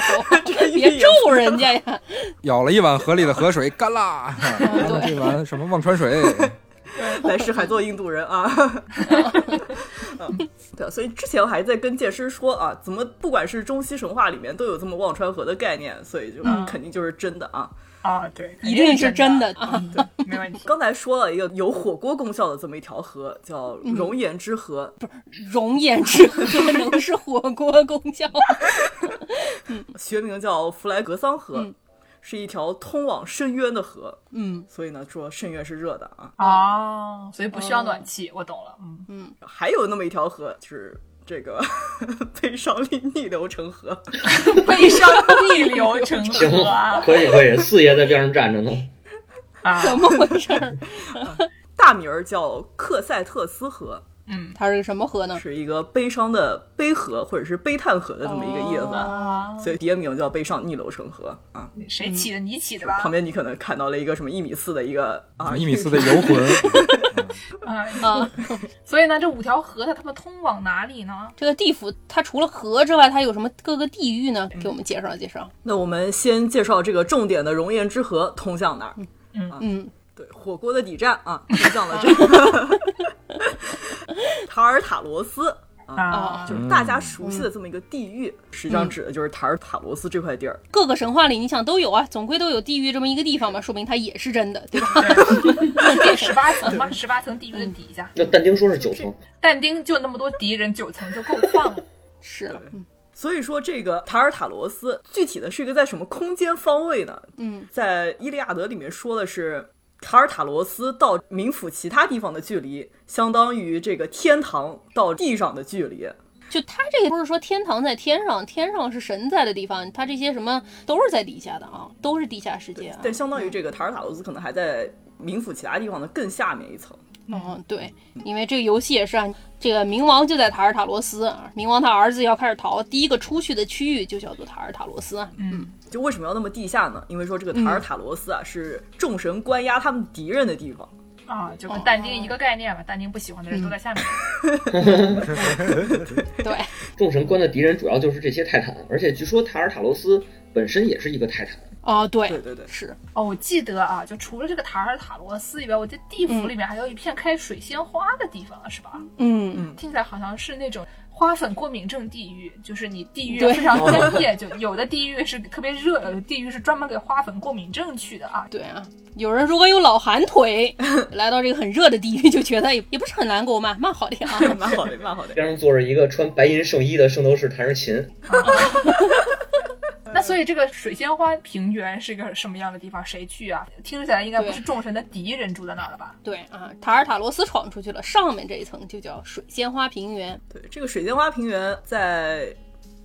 别咒人家呀。舀了一碗河里的河水，干啦！干 (laughs) 了对这碗什么忘川 (laughs) 水，来世还做印度人啊。嗯，对，所以之前我还在跟剑师说啊，怎么不管是中西神话里面都有这么忘川河的概念，所以就嗯肯定就是真的啊。啊，对，一定是真的的啊，对，没问题。 (laughs) 刚才说了一个有火锅功效的这么一条河，叫熔岩之河，熔岩之河能是火锅功效？学名叫弗莱格桑河，嗯是一条通往深渊的河，嗯所以呢说深渊是热的啊。哦，所以不需要暖气，我懂了。嗯，还有那么一条河，就是这个 (laughs) 悲伤逆逆流成河。悲伤逆流成行河 (laughs) 啊， (laughs) 可以可以，四爷在边上站着呢。啊，怎么回事儿？大名儿叫克塞特斯河，嗯它是个什么河呢？是一个悲伤的悲河或者是悲叹河的这么一个意思，啊，所以别名叫悲伤逆流成河啊。谁起的？你起的吧旁？边你可能看到了一个什么一米四的一个啊，一米四的游魂， (laughs) 啊，啊，所以呢，这五条河它它们通往哪里呢？这个地府它除了河之外，它有什么各个地域呢？给我们介绍介绍。 (laughs) 那我们先介绍这个重点的熔岩之河通向哪儿？嗯，对，火锅的底站啊，通向了这个 (laughs) 塔尔塔罗斯。哦啊，就是大家熟悉的这么一个地域，实际上指的就是塔尔塔罗斯这块地儿。各个神话里你想都有啊，总归都有地狱这么一个地方嘛，说明它也是真的，对吧？ (laughs) 十八层嘛，十八层地狱的底下，那但丁说是九层，但丁就那么多敌人，九层就够晃了。是了，嗯所以说，这个塔尔塔罗斯具体的是一个在什么空间方位呢？嗯，在《伊利亚德》里面说的是，塔尔塔罗斯到冥府其他地方的距离，相当于这个天堂到地上的距离。就它这个不是说天堂在天上，天上是神在的地方，它这些什么都是在底下的啊，都是地下世界啊。对，嗯相当于这个塔尔塔罗斯可能还在冥府其他地方的更下面一层。嗯，对，因为这个游戏也是啊，这个冥王就在塔尔塔罗斯啊，冥王他儿子要开始逃，第一个出去的区域就叫做塔尔塔罗斯啊。就为什么要那么地下呢？因为说这个塔尔塔罗斯啊，是众神关押他们敌人的地方。啊，就跟但丁一个概念吧，但丁不喜欢的人都在下面。对，众神关的敌人主要就是这些泰坦，而且据说塔尔塔罗斯本身也是一个泰坦。哦，对，对对对是，哦，我记得啊，就除了这个塔尔塔罗斯以外，我记得地府里面还有一片开水仙花的地方，是吧？嗯嗯，听起来好像是那种花粉过敏症地狱，就是你地域对非 (laughs) 常专业，就有的地域是特别热，有的地域是专门给花粉过敏症去的啊。对啊，有人如果有老寒 (laughs) 腿，来到这个很热的地域，就觉得也也不是很难过嘛，蛮好的 (laughs) 啊。 (laughs) 蛮好的，蛮好的。边上坐着一个穿白银圣衣的圣斗士弹着琴，嗯那所以这个水仙花平原是一个什么样的地方？谁去啊？听起来应该不是众神的敌人住在那儿了吧？对啊，塔尔塔罗斯闯出去了，上面这一层就叫水仙花平原。对，这个水仙花平原在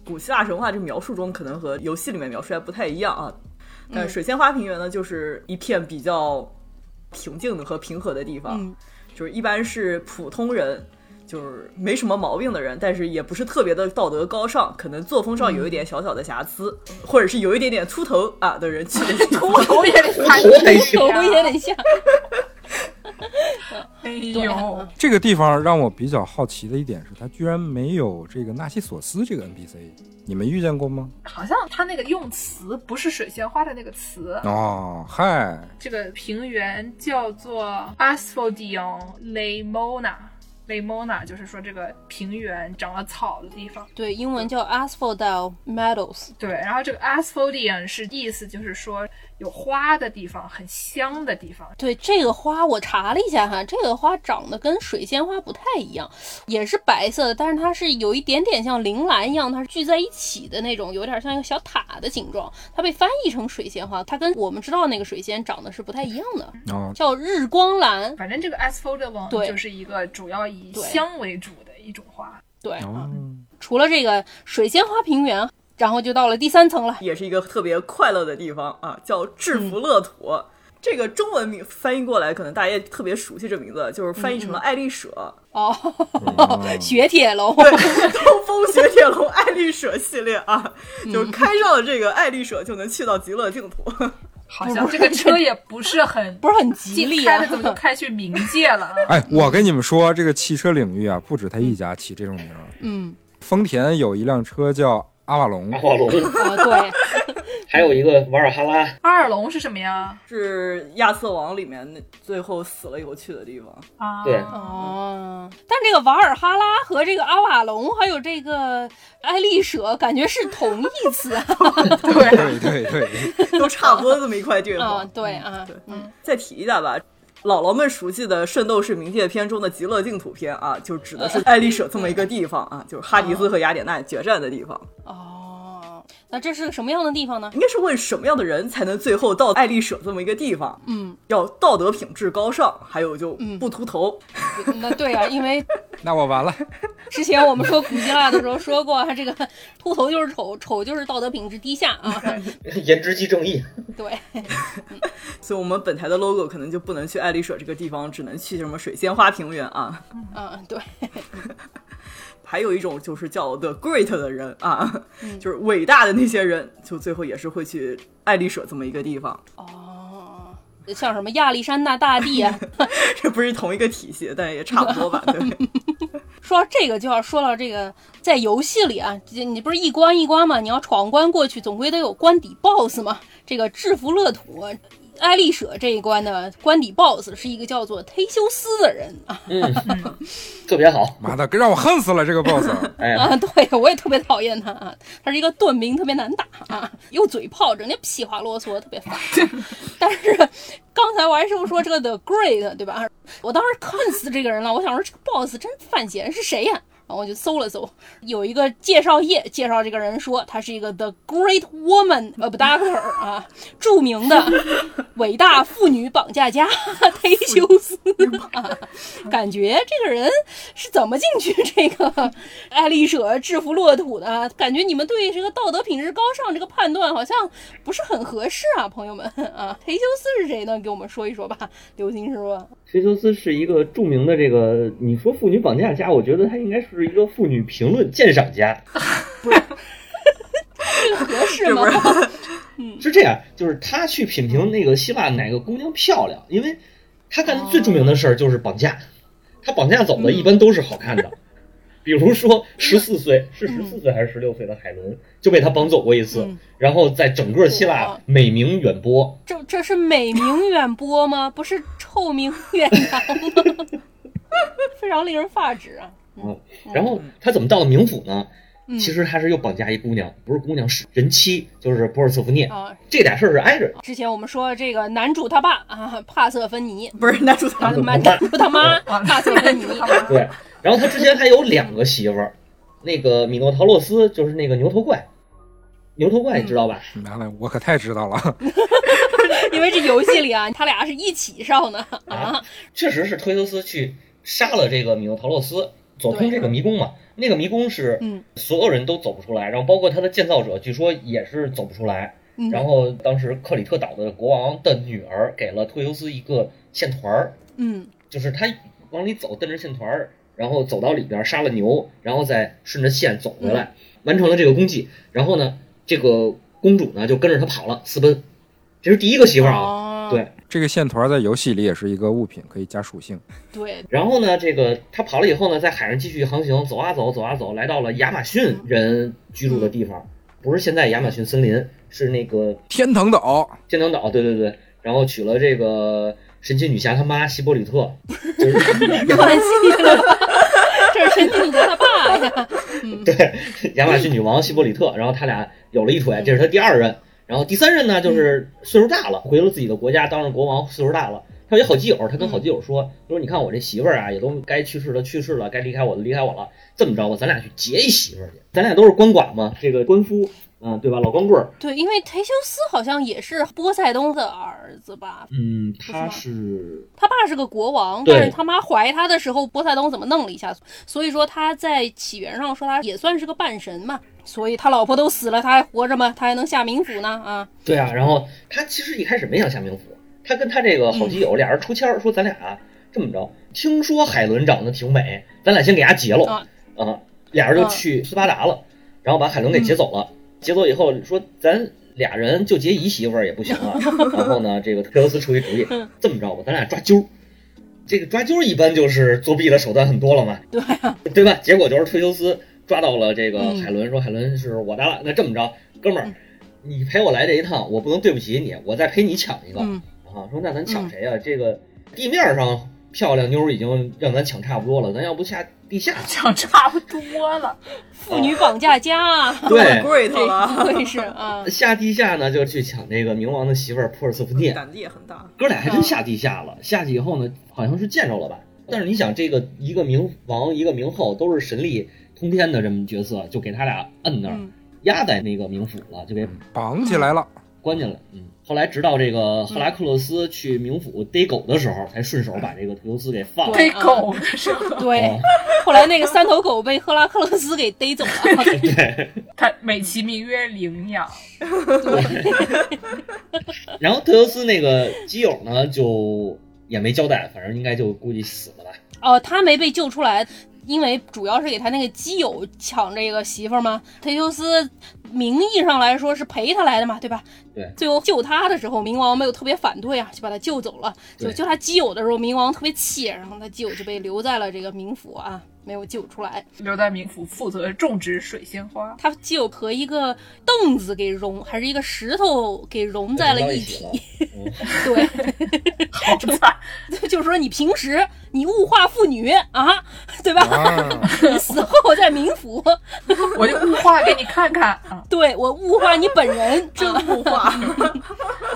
古希腊神话这描述中可能和游戏里面描述还不太一样啊。但水仙花平原呢，就是一片比较平静的和平和的地方，嗯就是一般是普通人，就是没什么毛病的人，但是也不是特别的道德高尚，可能作风上有一点小小的瑕疵，或者是有一点点秃头啊的人去的地方。我头也得看我 (laughs) 还行头也得像，哎对啊嗯呦，这个地方让我比较好奇的一点是，它居然没有这个纳西索斯这个 NPC，你们遇见过吗？好像他那个用词不是水仙花的那个词，啊哦，嗨，这个平原叫做 Asphodel Lemona。Lemona 就是说这个平原长了草的地方，对，英文叫 Asphodel Meadows，对。然后这个 Asphodel 是意思就是说有花的地方，很香的地方。对这个花，我查了一下哈，这个花长得跟水仙花不太一样，也是白色的，但是它是有一点点像铃兰一样，它是聚在一起的那种，有点像一个小塔的形状。它被翻译成水仙花，它跟我们知道那个水仙长得是不太一样的，哦，叫日光兰。反正这个 Asphodel 对就是一个主要以对香为主的一种花。对，啊哦，除了这个水仙花平原，然后就到了第三层了。也是一个特别快乐的地方啊，叫制服乐土。这个中文名翻译过来，可能大家也特别熟悉这名字，就是翻译成了爱丽舍，哦， (laughs) 雪铁龙。东风雪铁龙爱丽舍系列啊，就是开上了这个爱丽舍就能去到极乐净土。好像这个车也 (laughs) 不是很不是很吉利开啊的怎么 (laughs) 就开去冥界了 (laughs) 啊？哎，我跟你们说，这个汽车领域啊，不止他一家起这种名儿。嗯，丰田有一辆车叫阿瓦隆阿，华 (laughs) 龙，啊对，还有一个瓦尔哈拉，二龙是什么呀？是亚瑟王里面那最后死了以后去的地方，啊，对 (laughs) 哦，但这个瓦尔哈拉和这个阿瓦隆，还有这个爱丽舍，感觉是同义词啊。 (laughs) 对对对，都差不多这么一块地啊方。对啊，对，再提一下吧。姥姥们熟悉的《圣斗士冥界篇》中的极乐净土篇啊，就指的是爱丽舍这么一个地方啊，就是哈迪斯和雅典娜决战的地方。哦，那这是个什么样的地方呢？ (laughs) 应该是问什么样的人才能最后到爱丽舍这么一个地方？嗯，要道德品质高尚，还有就不秃头。那对啊，因为那我完了。之前我们说古希腊的时候说过，啊这个秃头就是丑，丑就是道德品质低下啊。颜值即正义。对，所以我们本台的 logo 可能就不能去爱丽舍这个地方，只能去什么水仙花平原啊。嗯对，还有一种就是叫 the great 的人啊，就是伟大的那些人，就最后也是会去爱丽舍这么一个地方。 (laughs) 哦，像什么亚历山大大帝啊，这不是同一个体系，但也差不多吧。对，说到这个就要说到这个，在游戏里啊，这你不是一关一关嘛，你要闯关过去，总归得有关底 BOSS 嘛。这个制服乐土。爱丽舍这一关的关底 BOSS 是一个叫做忒修斯的人啊嗯，特别好。妈的，让我恨死了这个 boss！ (laughs) 哎，啊，对我也特别讨厌他啊，他是一个盾名特别难打啊，又嘴炮，整天屁话啰嗦，特别烦。啊但是刚才我还师傅说这个 The Great 对吧？我当时看死这个人了，我想说这个 boss 真犯闲是谁呀、然后我就搜了搜，有一个介绍页介绍这个人说他是一个 The Great Woman Abductor 啊，著名的伟大妇女绑架家忒修斯啊，感觉这个人是怎么进去这个爱丽舍制服洛土的啊？感觉你们对这个道德品质高尚这个判断好像不是很合适啊，朋友们啊，忒修斯是谁呢？给我们说一说吧，刘星师傅。忒修斯是一个著名的这个，你说妇女绑架家，我觉得他应该是一个妇女评论鉴赏家。合适吗？是这样，就是他去品评那个希腊哪个姑娘漂亮，因为他干的最著名的事儿就是绑架，他绑架走的一般都是好看 (laughs) 的。比如说，十四岁是十四岁还是十六岁的海伦就被他绑走过一次，嗯然后在整个希哇腊美名远播。这这是美名远播吗？不是臭名远扬吗？ (laughs) 非常令人发指啊！嗯，然后他怎么到了冥府呢？其实他是又绑架一姑娘，不是姑娘是人妻，就是波尔瑟夫涅。啊，这俩事儿是挨着的。之前我们说这个男主他爸啊，帕瑟芬尼，不是男主他啊，嗯男主他妈帕瑟芬尼，对，然后他之前还有两个媳妇 (laughs) 儿，那个米诺陶洛斯就是那个牛头怪，牛头怪你知道吧？嗯妈的，我可太知道了。因为这游戏里啊，他俩是一起上的啊啊，确实是忒修斯去杀了这个米诺陶洛斯，走通这个迷宫嘛。那个迷宫是嗯所有人都走不出来，然后包括它的建造者，据说也是走不出来。嗯然后当时克里特岛的国王的女儿给了忒修斯一个线团儿，嗯就是他往里走，蹬着线团儿，然后走到里边儿杀了牛，然后再顺着线走回来，完成了这个功绩。然后呢，这个公主呢就跟着他跑了，私奔。这是第一个媳妇儿啊。哦对这个线团在游戏里也是一个物品，可以加属性。对，然后呢，这个他跑了以后呢，在海上继续航行，走啊走，走啊走，来到了亚马逊人居住的地方，不是现在亚马逊森林，是那个天堂岛，天堂岛。对对对，然后娶了这个神奇女侠他妈希伯里特，就 (laughs) 是 (laughs) 关系了，这是神奇女侠他爸呀， (laughs) 亚马逊女王希伯里特，然后他俩有了一腿，这是他第二任。然后第三任呢，就是岁数大了，回了自己的国家，当上国王，岁数大了。他有一好基友，他跟好基友说：“他说你看我这媳妇儿啊，也都该去世的去世了，该离开我的离开我了。这么着吧，咱俩去结一媳妇儿去，咱俩都是官管嘛，这个官夫，嗯，对吧？老光棍儿， (laughs) 对，因为忒修斯好像也是波塞冬的儿子吧？嗯，他是他爸是个国王，对但是他妈怀他的时候，波塞冬怎么弄了一下？所以说他在起源上说他也算是个半神嘛。所以他老婆都死了，他还活着吗？他还能下冥府呢啊？对啊。然后他其实一开始没想下冥府，他跟他这个好基嗯友俩人出签儿说，咱俩啊这么着，听说海伦长得挺美，咱俩先给她结了。啊啊，俩嗯人就去斯巴达了，然后把海伦给劫走了。劫走以后说，咱俩人就结一媳妇儿也不行 (laughs) 啊。然后呢，这个特修斯出一主意，嗯这么着吧，咱俩抓阄儿。这个抓阄儿一般就是作弊的手段很多了嘛，对啊，对吧？结果就是忒修斯抓到了这个嗯海伦，说海伦是我的了。那这么着，哥们儿，你陪我来这一趟，我不能对不起你，我再陪你抢一个。嗯啊，说那咱抢谁呀、这个地面上漂亮妞儿已经让咱抢差不多了，咱要不下地下？讲差不多了。妇女绑架家 (laughs) 啊，对， ，great 这了，不愧是 (laughs) 啊，下地下呢，就去抢这个冥王的媳妇儿珀尔瑟 (laughs) 福嗯涅。胆子也很大。哥俩还真下地下了，下去以后呢，好像是见着了吧？但是你想，这个一个冥王，一个冥后，都是神力通天的这么角色，就给他俩摁那儿，嗯压在那个冥府了，就给绑起来了。关进来。嗯，后来直到嗯这个赫拉克勒斯去冥府逮狗的时候，才顺手把这个忒修斯给放了。对逮狗的时候，对哦。后来那个三头狗被赫拉克勒斯给逮走了，他美其名曰领养，然后忒修斯那个基友呢，就也没交代，反正应该就估计死了吧。哦，他没被救出来，因为主要是给他那个基友抢这个媳妇儿嘛。忒修斯名义上来说是陪他来的嘛，对吧？对最后救他的时候，冥王没有特别反对啊，就把他救走了。就对救他基友的时候，冥王特别气，然后他基友就被留在了这个冥府啊，没有救出来。留在冥府负责种植水仙 (laughs) 花。他基友和一个凳子给融，还是一个石头给融在了一一起起了。。嗯对，好惨， (laughs) 就是说你平时你物化妇女啊，对吧？ (laughs) 啊，你 (laughs) 死后在冥府。我就 (laughs) 物化给你看看啊，对我物化你本人，真物化，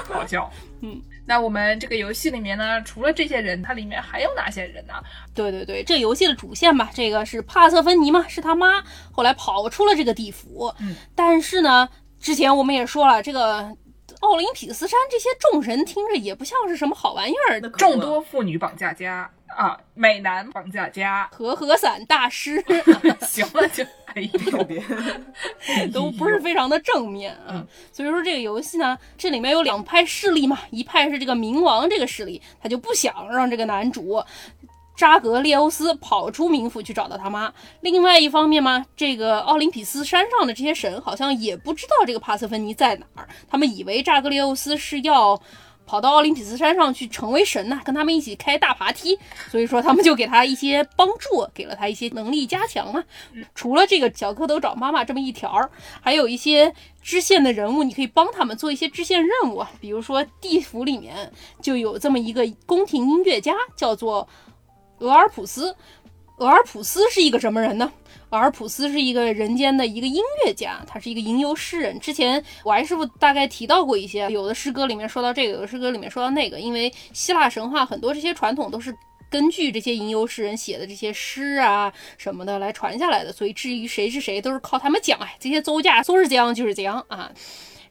好笑。嗯，那我们这个游戏里面呢，除了这些人，它里面还有哪些人呢？对对对，这游戏的主线吧，这个是帕瑟芬妮嘛，是他妈，后来跑出了这个地府。嗯，但是呢，之前我们也说了，这个奥林匹斯山这些众神听着也不像是什么好玩意儿。那可不众多妇女绑架家啊，美男绑架家， (laughs) 和合伞大师行了就哎 (laughs) 特呦，别， (laughs) 都不是非常的正面啊嗯，所以说这个游戏呢，这里面有两派势力嘛，一派是这个冥王这个势力，他就不想让这个男主扎格列欧斯跑出冥府去找到他妈。另外一方面嘛，这个奥林匹斯山上的这些神好像也不知道这个帕瑟芬妮在哪儿，他们以为扎格列欧斯是要。跑到奥林匹斯山上去成为神呐、跟他们一起开大爬梯，所以说他们就给他一些帮助，给了他一些能力加强嘛。除了这个小蝌蚪找妈妈这么一条儿，还有一些支线的人物，你可以帮他们做一些支线任务啊，比如说地府里面就有这么一个宫廷音乐家，叫做俄尔普斯。俄尔普斯是一个什么人呢？俄尔普斯是一个人间的一个音乐家，他是一个吟游诗人。之前王师傅大概提到过一些，有的诗歌里面说到这个，有的诗歌里面说到那个，因为希腊神话很多这些传统都是根据这些吟游诗人写的这些诗啊什么的来传下来的，所以至于谁是谁都是靠他们讲。哎，这些邹家说是这样就是这样啊。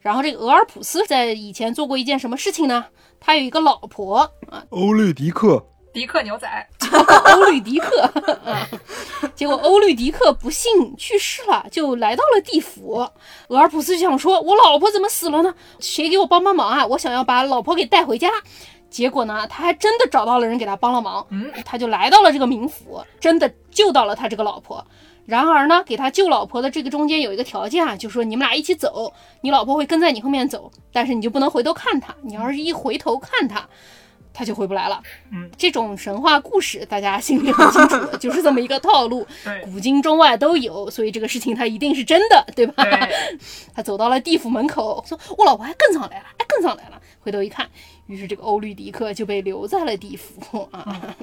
然后这个俄尔普斯在以前做过一件什么事情呢？他有一个老婆啊，欧律狄克，迪克牛仔，欧律狄克，啊，结果欧律狄克不幸去世了，就来到了地府。俄尔普斯就想说：“我老婆怎么死了呢？谁给我帮帮忙啊？我想要把老婆给带回家。”结果呢，他还真的找到了人给他帮了忙，嗯，他就来到了这个冥府，真的救到了他这个老婆。然而呢，给他救老婆的这个中间有一个条件啊，就说你们俩一起走，你老婆会跟在你后面走，但是你就不能回头看她，你要是一回头看她，她就回不来了。嗯，这种神话故事大家心里很清楚，就是这么一个套路， (laughs) 对古今中外都有，所以这个事情它一定是真的，对吧？对， (laughs) 他走到了地府门口，说：“我老婆还跟上来了，还哎跟上来了。”回头一看，于是这个欧律狄克就被留在了地府啊。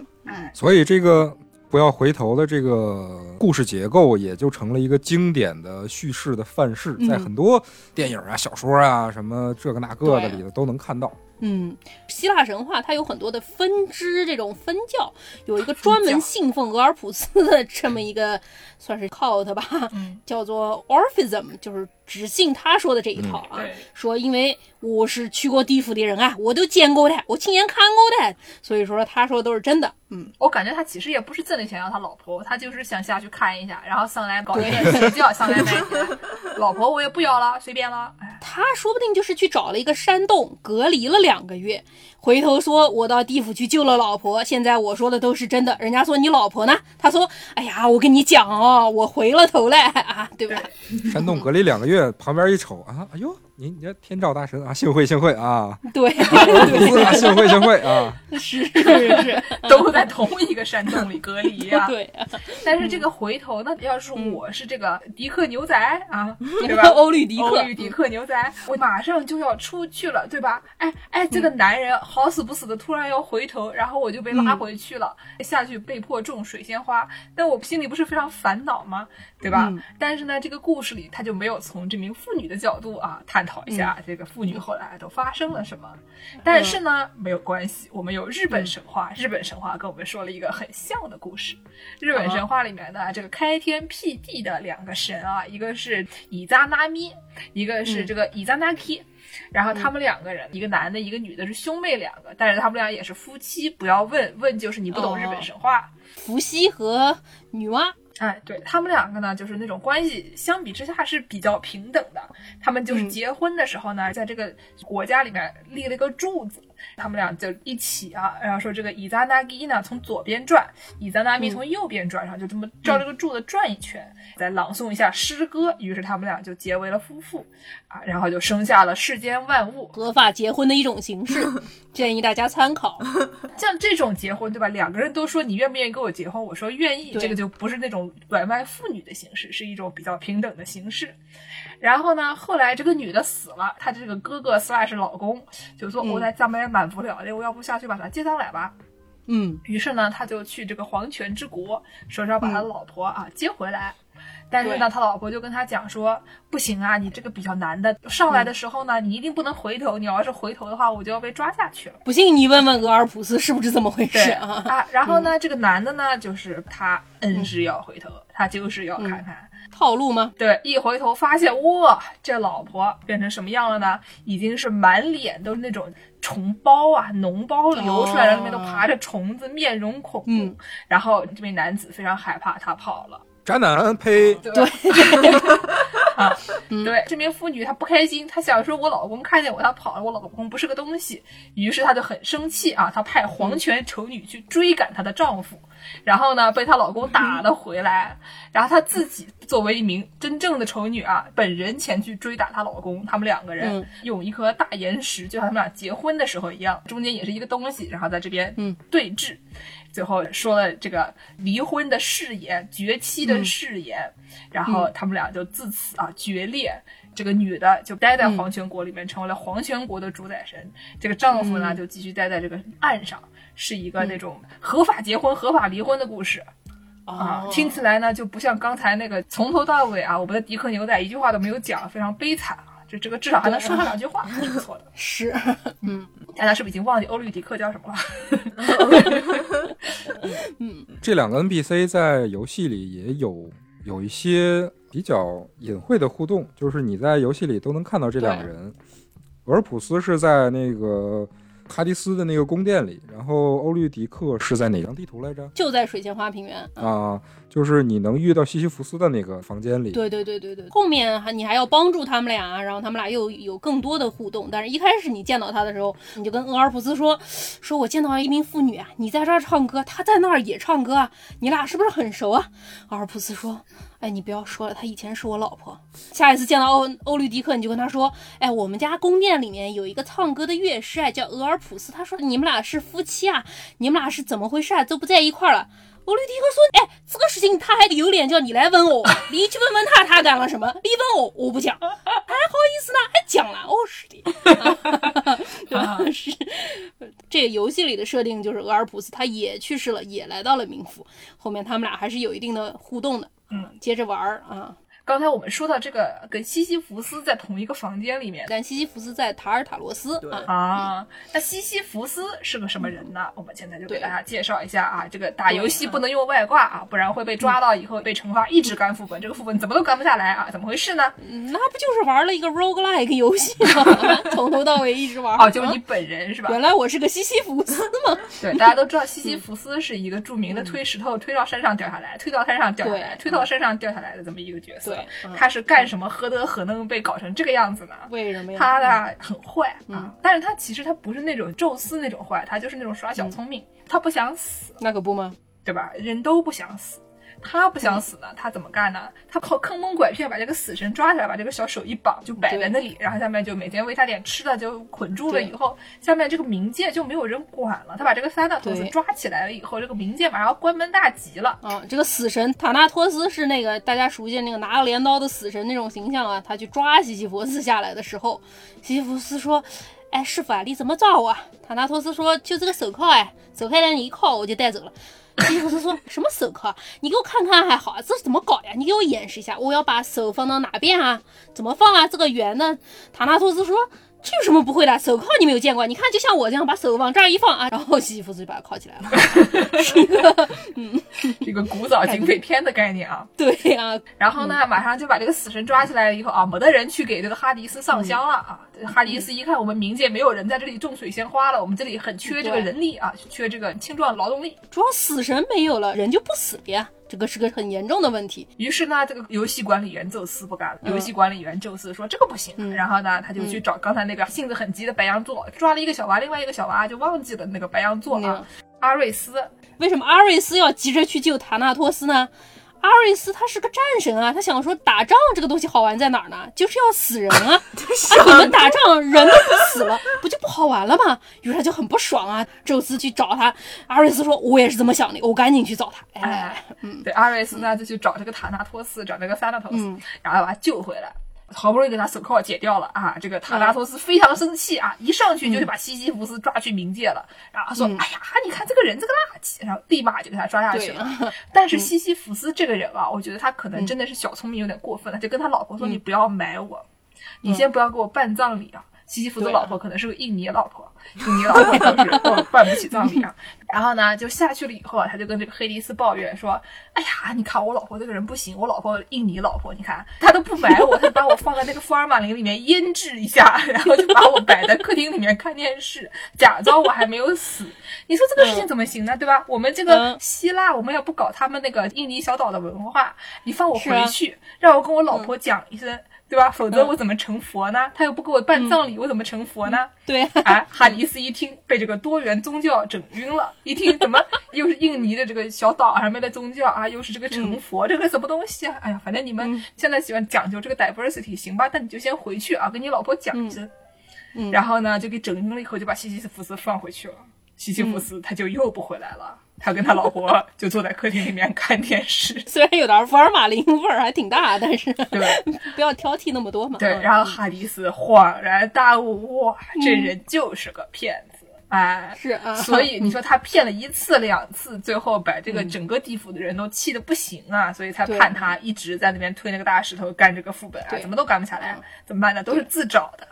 所以这个不要回头的这个故事结构，也就成了一个经典的叙事的范式，嗯在很多电影啊、小说啊、什么这个那个的对里头都能看到。嗯，希腊神话它有很多的分支，这种分教有一个专分门教信奉俄尔普斯的这么一个算是 cult 吧，嗯叫做 Orphism，就是只信他说的这一套啊。对，说因为我是去过地府的人啊，我都见过的，我亲眼看过的，所以说他说的都是真的。嗯，我感觉他其实也不是真的想要他老婆，他就是想下去看一下，然后上来搞一点睡觉，上来买 (laughs) 点，老婆我也不要了，随便 (laughs) 了，哎，他说不定就是去找了一个山洞，隔离了两个月，回头说我到地府去救了老婆，现在我说的都是真的。人家说你老婆呢？他说，哎呀，我跟你讲哦，我回了头来啊，对吧？山洞隔离两个月，旁边一瞅啊，哎呦，您这天照大神啊，幸会幸会啊，对，不是啊 (laughs) 幸会幸会啊，是是是，都在同一个山洞里隔离啊。对 (laughs) 啊。但是这个回头呢，要是我是这个迪克牛仔啊，对吧？欧律狄欧克，律迪克牛仔，我马上就要出去了，对吧？哎哎，这个男人好死不死的突然要回头，然后我就被拉回去了，下去被迫种水仙花，但我心里不是非常烦恼吗？对吧？嗯但是呢，这个故事里他就没有从这名妇女的角度啊探讨一下这个妇女后来都发生了什么。 (laughs) 但是呢，没有关系，我们有日本神话，日本神话跟我们说了一个很像的故事。日本神话里面呢，这个开天辟地的两个神啊，一个是伊扎那咪，一个是这个伊扎那基。然后他们两个人，一个男的，一个女的，是兄妹两个，但是他们俩也是夫妻。不要问，问就是你不懂日本神话。伏羲和女娲，哎，对他们两个呢，就是那种关系相比之下是比较平等的。他们就是嗯结婚的时候呢，在这个国家里面立了一个柱子，他们俩就一起啊，然后说这个伊扎那基呢从左边转，伊扎那咪从右边转，然后就这么照这个柱子转一圈，再朗诵一下诗歌，于是他们俩就结为了夫妇啊，然后就生下了世间万物。合法结婚的一种形式，建议大家参考。像这种结婚，对吧？两个人都说你愿不愿意跟我结婚，我说愿意，对这个就不是那种拐卖妇女的形式，是一种比较平等的形式。然后呢，后来这个女的死了，她这个哥哥 slash 老公就说：“哦嗯我在家门也满不了的，我要不下去把她接上来吧。”嗯，于是呢，他就去这个黄泉之国，说是要把他老婆啊、接回来。但是呢，对他老婆就跟他讲说，不行啊，你这个比较难的，上来的时候呢，你一定不能回头，你要是回头的话，我就要被抓下去了。不信你问问俄尔普斯是不是这么回对事啊？然后呢，这个男的呢，就是他嗯是要回头，他就是要看看。套路吗？对，一回头发现，哇，这老婆变成什么样了呢？已经是满脸都是那种虫包啊，脓包流出来了，哦那边都爬着虫子，面容恐怖。嗯然后这名男子非常害怕，他跑了。渣男呸，对。 (laughs) (laughs) 啊，嗯对，这名妇女她不开心，她想说，我老公看见我，他跑了，我老公不是个东西，于是她就很生气啊，她派嗯黄泉丑女去追赶她的丈夫，然后呢，被她老公打了回 (laughs) 来，然后她自己作为一名真正的丑女啊，本人前去追打她老公，他们两个人嗯用一颗大岩石，就像他们俩结婚的时候一样，中间也是一个东西，然后在这边嗯对峙。最后说了这个离婚的誓言、绝妻嗯的誓言，然后他们俩就自此啊决裂。这个女的就待在黄泉国里面，成为了黄泉国的主宰神。这个丈夫呢，嗯就继续待在这个岸上，是一个那种合法结婚、合法离婚的故事啊。哦听起来呢，就不像刚才那个从头到尾啊，我们的迪克牛仔一句话都没有讲，非常悲惨啊。这这个至少还能说上两句话，挺不 (laughs) 错的。是，大家是不是已经忘记欧律狄克叫什么了？这两个 NPC 在游戏里也有有一些比较隐晦的互动，就是你在游戏里都能看到这两个人。俄尔普斯是在那个哈迪斯的那个宫殿里，然后欧律狄克是在哪张地图来着？就在水仙花平原。嗯啊，就是你能遇到西西弗斯的那个房间里。对对对对对，后面还你还要帮助他们俩，然后他们俩又有更多的互动。但是一开始你见到他的时候，你就跟俄尔普斯说：“说我见到一名妇女啊，你在这儿唱歌，她在那儿也唱歌啊，你俩是不是很熟啊？”俄尔普斯说：“哎，你不要说了，她以前是我老婆。”下一次见到欧欧律狄克，你就跟他说：“哎，我们家宫殿里面有一个唱歌的乐师啊，叫俄尔普斯，他说你们俩是夫妻啊，你们俩是怎么回事啊？都不在一块儿了。”欧律狄克说：“哎，这个事情他还有脸叫你来问我？你去问问他，他干了什么？ (laughs) 你问我，我不讲，哎还好意思呢？还讲了？哦，是 (laughs) 的，对吧？ (laughs) 是这个游戏里的设定就是俄尔普斯他也去世了，也来到了冥府。后面他们俩还是有一定的互动的，嗯，接着玩儿啊。刚才我们说到这个跟西西弗斯在同一个房间里面但西西弗斯在塔尔塔罗斯对 (laughs) 啊，啊，那西西弗斯是个什么人嗯呢？我们现在就给大家介绍一下啊，这个打游戏不能用外挂啊，不然会被抓到以后被惩罚，一直干副本，这个副本怎么都干不下来啊，怎么回事呢？嗯那不就是玩了一个 roguelike 游戏 (laughs) 吗？从头到尾一直玩。哦，就是啊你本人是吧？原来我是个西西弗斯嘛。对，大家都知道西西弗斯是一个著名的推石头推到山上掉下来，推到山上掉下来，嗯对嗯推到山上掉下来的这么一个角色对嗯。他是干什么何德何能被搞成这个样子呢？为什么呀？他呢很坏嗯啊，但是他其实他不是那种宙斯那种坏，他就是那种耍嗯小聪明，他不想死，那可不吗？对吧？人都不想死。他不嗯想死呢，他怎么干呢？他靠坑蒙拐骗把这个死神抓起来，把这个小手一绑就摆在那里，然后下面就每天喂他点吃的，就捆住了对以后，下面这个冥界就没有人管了。他把这个撒旦头子对抓起来了以后，这个冥界马上要关门大吉了。啊，这个死神塔纳托斯是那个大家熟悉的那个拿个镰刀的死神那种形象啊。他去抓西西弗斯下来的时候，西西弗斯说：“哎，师傅啊，你怎么抓我啊？”塔纳托斯说：“就这个手铐哎，手铐让你一铐我就带走了。”西西弗斯说什么手铐啊？你给我看看还好啊，这是怎么搞呀？你给我演示一下，我要把手放到哪边啊？怎么放啊？这个圆呢？塔纳托斯说。这有什么不会的？手铐你没有见过？你看，就像我这样把手往这儿一放啊，然后西西弗斯就把它铐起来了， (laughs) 是一个这个古 (laughs) 早警匪片的概念啊，对啊，然后呢，马上就把这个死神抓起来了以后啊，没得人去给这个哈迪斯嗯上香了啊。这哈迪斯一看我们冥界没有人在这里种水仙花了，我们这里很缺这个对人力啊，缺这个青壮劳动力。主要死神没有了，人就不死了呀，这个是个很严重的问题。于是呢，这个游戏管理员宙斯不干了，嗯游戏管理员宙斯说这个不行。嗯然后呢，他就去找刚才那个性子很急的白羊座，抓了一个小娃，另外一个小娃就忘记了那个白羊座啊嗯，阿瑞斯。为什么阿瑞斯要急着去救塔纳托斯呢？阿瑞斯他是个战神啊，他想说打仗这个东西好玩在哪儿呢？就是要死人 (laughs) 啊！啊，你们打仗人都不死了，不就不好玩了吗？于是他就很不爽啊，宙斯去找他。阿瑞斯说：“我也是这么想的，我赶紧去找他。”哎，哎，对，阿瑞斯呢就去找这个塔纳托斯，找那个萨纳托斯，嗯然后把他救回来。好不容易给他手铐解掉了啊！这个塔嗯纳托斯非常生气啊，一上去就去把西西弗斯抓去冥界了，然后说：“嗯哎呀，你看这个人这个垃圾！”然后立马就给他抓下去对了。，但是西西弗斯这个人啊，我觉得他可能嗯真的是小聪明有点过分了，就跟他老婆说：“嗯你不要埋我，你嗯先不要给我办葬礼啊。”西西弗斯对啊老婆可能是个印尼老婆，印尼老婆 (laughs) 就是办办不起葬礼啊。然后呢，就下去了以后啊，他就跟这个黑迪斯抱怨说：“哎呀，你看我老婆这个人不行，我老婆印尼老婆，你看她都不埋我，她把我放在那个福尔马林里面腌制一下，然后就把我摆在客厅里面看电视，假装我还没有死。你说这个事情怎么行呢？对吧？我们这个嗯希腊，我们也不搞他们那个印尼小岛的文化，你放我是回啊嗯去，让我跟我老婆讲一声。”对吧？否则我怎么成佛呢？他又不给我办嗯葬礼，我怎么成佛呢？对，啊哎，哈里斯一听被这个多元宗教整晕了，一听怎么又是印尼的这个小岛上面的宗教啊，又是这个嗯成佛，这个什么东西啊？哎呀，反正你们现在喜欢讲究这个 diversity，行吧？那你就先回去啊，跟你老婆讲一声。嗯。然后呢，就给整晕了以后，就把西西弗斯放回去了。西西弗斯他就又不回来了，他跟他老婆就坐在客厅里面看电视虽然有点福尔马林味儿还挺大，但是对， (laughs) 不要挑剔那么多嘛。对，嗯然后哈迪斯恍然大悟，哇，这人就是个骗子，哎。是 (laughs) 啊，所以你说他骗了一次两次，最后把这个整个地府的人都气得不行啊，嗯所以才对判他一直在那边推那个大石头干这个副本啊，对怎么都干不下来嗯，怎么办呢？都是自找的。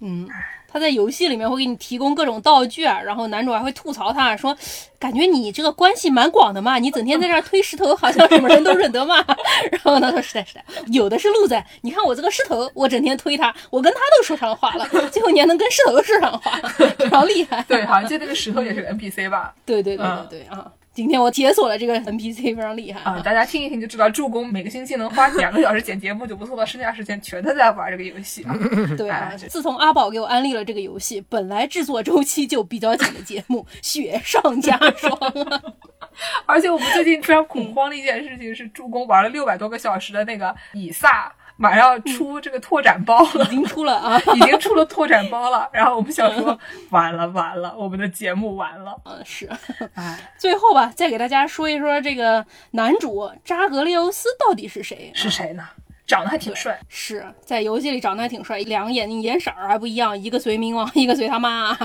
嗯，他在游戏里面会给你提供各种道具啊，然后男主还会吐槽他说，感觉你这个关系蛮广的嘛，你整天在这儿推石头，好像什么人都认得嘛。 (laughs) 然后呢，他说是的，是的，有的是路子，你看我这个石头，我整天推他，我跟他都说上 (laughs) 话了，结果你还能跟石头说上话，非常厉害。对，好像嗯就那个石头也是个 NPC (laughs) 吧？对对对对对啊！今天我解锁了这个 NPC，非常厉害啊， (laughs) 大家听一听就知道，助攻每个星期能花两个小时剪节目就不错了，剩下时间全他在玩这个游戏 (laughs) 啊。对啊哎，这自从阿宝给我安利了这个游戏，本来制作周期就比较紧的节目，雪上加 (laughs) 霜啊！而且我们最近非常恐慌的一件事情是，助攻玩了六百多个小时的那个以撒，马上要出这个拓展包了已。经出了啊， (laughs) 已经出了拓展包了，然后我们想说，完了完了，我们的节目完了。嗯， (laughs) 是。哎，最后吧，再给大家说一说这个男主扎格列欧斯到底是谁？是谁呢？长得还挺帅，是在游戏里长得还挺帅，两个眼睛颜色儿还不一样，一个随冥王，一个随他妈啊。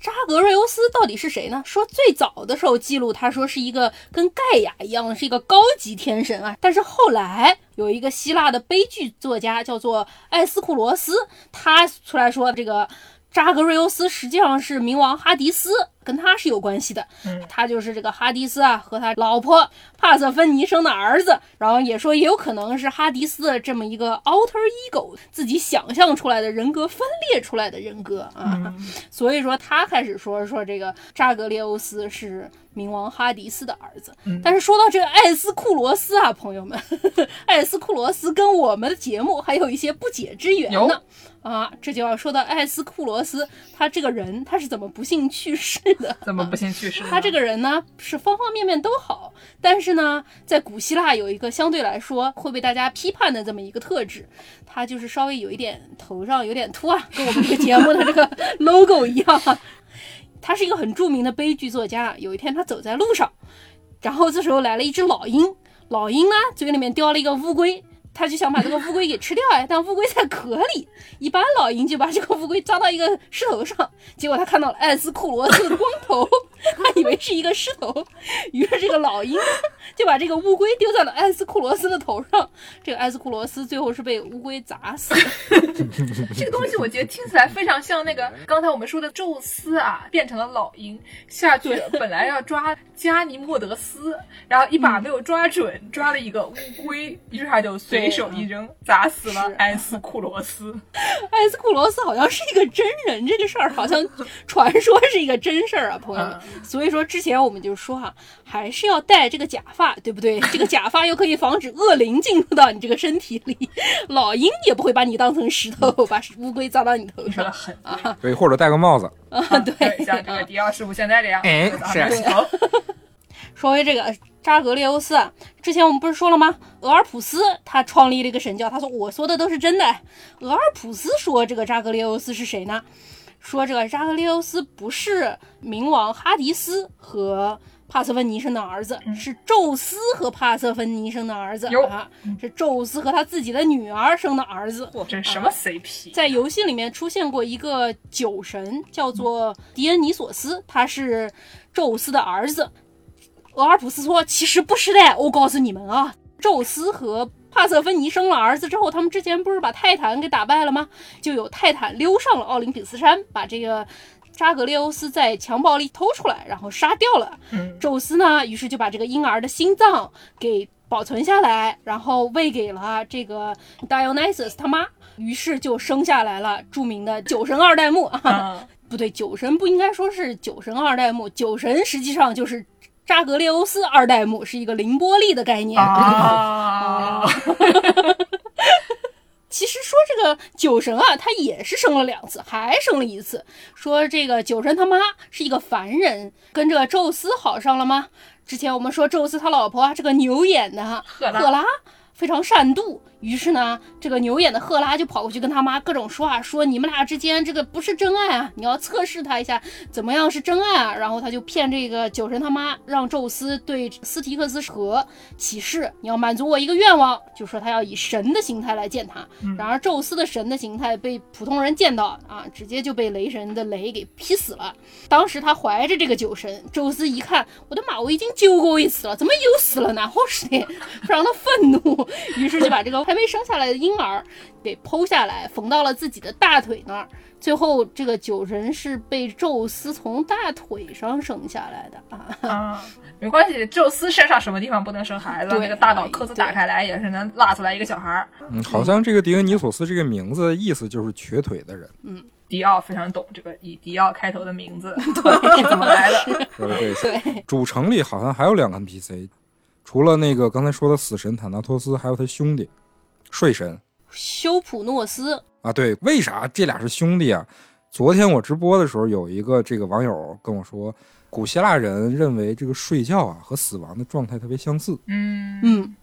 扎格瑞欧斯到底是谁呢？说最早的时候记录，他说是一个跟盖亚一样，是一个高级天神啊。但是后来有一个希腊的悲剧作家叫做艾斯库罗斯，他出来说这个扎格瑞欧斯实际上是冥王哈迪斯，跟他是有关系的。他就是这个哈迪斯啊和他老婆帕瑟芬妮生的儿子，然后也说也有可能是哈迪斯的这么一个 alter ego 自己想象出来的人格分裂出来的人格啊，所以说他开始说说这个扎格列欧斯是冥王哈迪斯的儿子，但是说到这个艾斯库罗斯啊，朋友们， (laughs) 艾斯库罗斯跟我们的节目还有一些不解之缘有呢。啊，这就要说到艾斯库罗斯，他这个人他是怎么不幸去世的？怎么不幸去世呢？他这个人呢是方方面面都好，但是呢，在古希腊有一个相对来说会被大家批判的这么一个特质，他就是稍微有一点头上有点秃啊，跟我们这个节目的这个 (laughs) logo 一样啊。他是一个很著名的悲剧作家，有一天他走在路上，然后这时候来了一只老鹰，老鹰呢嘴里面叼了一个乌龟。他就想把这个乌龟给吃掉哎，但乌龟在壳里。一般老鹰就把这个乌龟扎到一个石头上，结果他看到了艾斯库罗斯的光头，他以为是一个狮头，于是这个老鹰就把这个乌龟丢在了艾斯库罗斯的头上。这个艾斯库罗斯最后是被乌龟砸死的。 (laughs) 这个东西我觉得听起来非常像那个刚才我们说的宙斯啊，变成了老鹰下去，本来要抓加尼莫德斯，然后一嗯把没有抓准，抓了一个乌龟，于是他就随手一扔，砸死了嗯是埃斯库罗斯。艾斯库罗斯好像是一个真人，这个事儿好像传说是一个真事儿啊，朋友们。所以说之前我们就说哈、还是要戴这个假发，对不对？这个假发又可以防止恶灵进入到你这个身体里，老鹰也不会把你当成石头，把乌龟砸到你头你说上的很 (laughs) 对，或者戴个帽子，啊。对，像这个迪奥师傅现在这样， (laughs) 哎咱们是啊洗头说回这个扎格列欧斯，啊，之前我们不是说了吗？俄尔普斯他创立了一个神教，他说我说的都是真的。俄尔普斯说这个扎格列欧斯是谁呢？说这个扎格列欧斯不是冥王哈迪斯和帕瑟芬尼生的儿子，是宙斯和帕瑟芬尼生的儿子哟啊，是宙斯和他自己的女儿生的儿子。这是什么 CP？在游戏里面出现过一个酒神，叫做狄恩尼索斯，他是宙斯的儿子。俄尔普斯说：“其实不是的，我告诉你们啊，宙斯和帕瑟芬尼生了儿子之后，他们之前不是把泰坦给打败了吗？就有泰坦溜上了奥林匹斯山，把这个扎格列欧斯在强暴力偷出来，然后杀掉了。嗯宙斯呢，于是就把这个婴儿的心脏给保存下来，然后喂给了这个 Dionysus 他妈，于是就生下来了著名的酒神二代目 (laughs) 啊。嗯，不对，酒神不应该说是酒神二代目，酒神实际上就是扎格列欧斯二代目，是一个凌波丽的概念。 (laughs) 啊，其实说这个酒神啊，他也是生了两次，还生了一次。说这个酒神他妈是一个凡人，跟这个宙斯好上了吗？之前我们说宙斯他老婆啊，这个牛眼的哈赫拉赫拉非常善妒，于是呢，这个牛眼的赫拉就跑过去跟他妈各种说啊，说你们俩之间这个不是真爱啊，你要测试他一下，怎么样是真爱啊？然后他就骗这个酒神他妈，让宙斯对斯提克斯河起誓，你要满足我一个愿望，就说他要以神的形态来见他。然而宙斯的神的形态被普通人见到啊，直接就被雷神的雷给劈死了。当时他怀着这个酒神，宙斯一看，我的妈，我已经揪过一次了，怎么又死了呢？好是的，非常的愤怒，于是就把这个还没生下来的婴儿给剖下来，缝到了自己的大腿那儿。最后，这个酒神是被宙斯从大腿上生下来的啊。 (laughs) 啊，没关系，宙斯身上什么地方不能生孩子？对那个大脑壳子打开来也是能拉出来一个小孩儿。嗯，好像这个狄俄尼索斯这个名字的意思就是瘸腿的人，迪奥非常懂这个以迪奥开头的名 (laughs) 字是怎么来的。是不是这意思？对，主城里好像还有两个 NPC，除了那个刚才说的死神坦纳托斯，还有他兄弟睡神修普诺斯，啊。对，为啥这俩是兄弟啊？昨天我直播的时候，有一个这个网友跟我说，古希腊人认为这个睡觉啊和死亡的状态特别相似，嗯，嗯，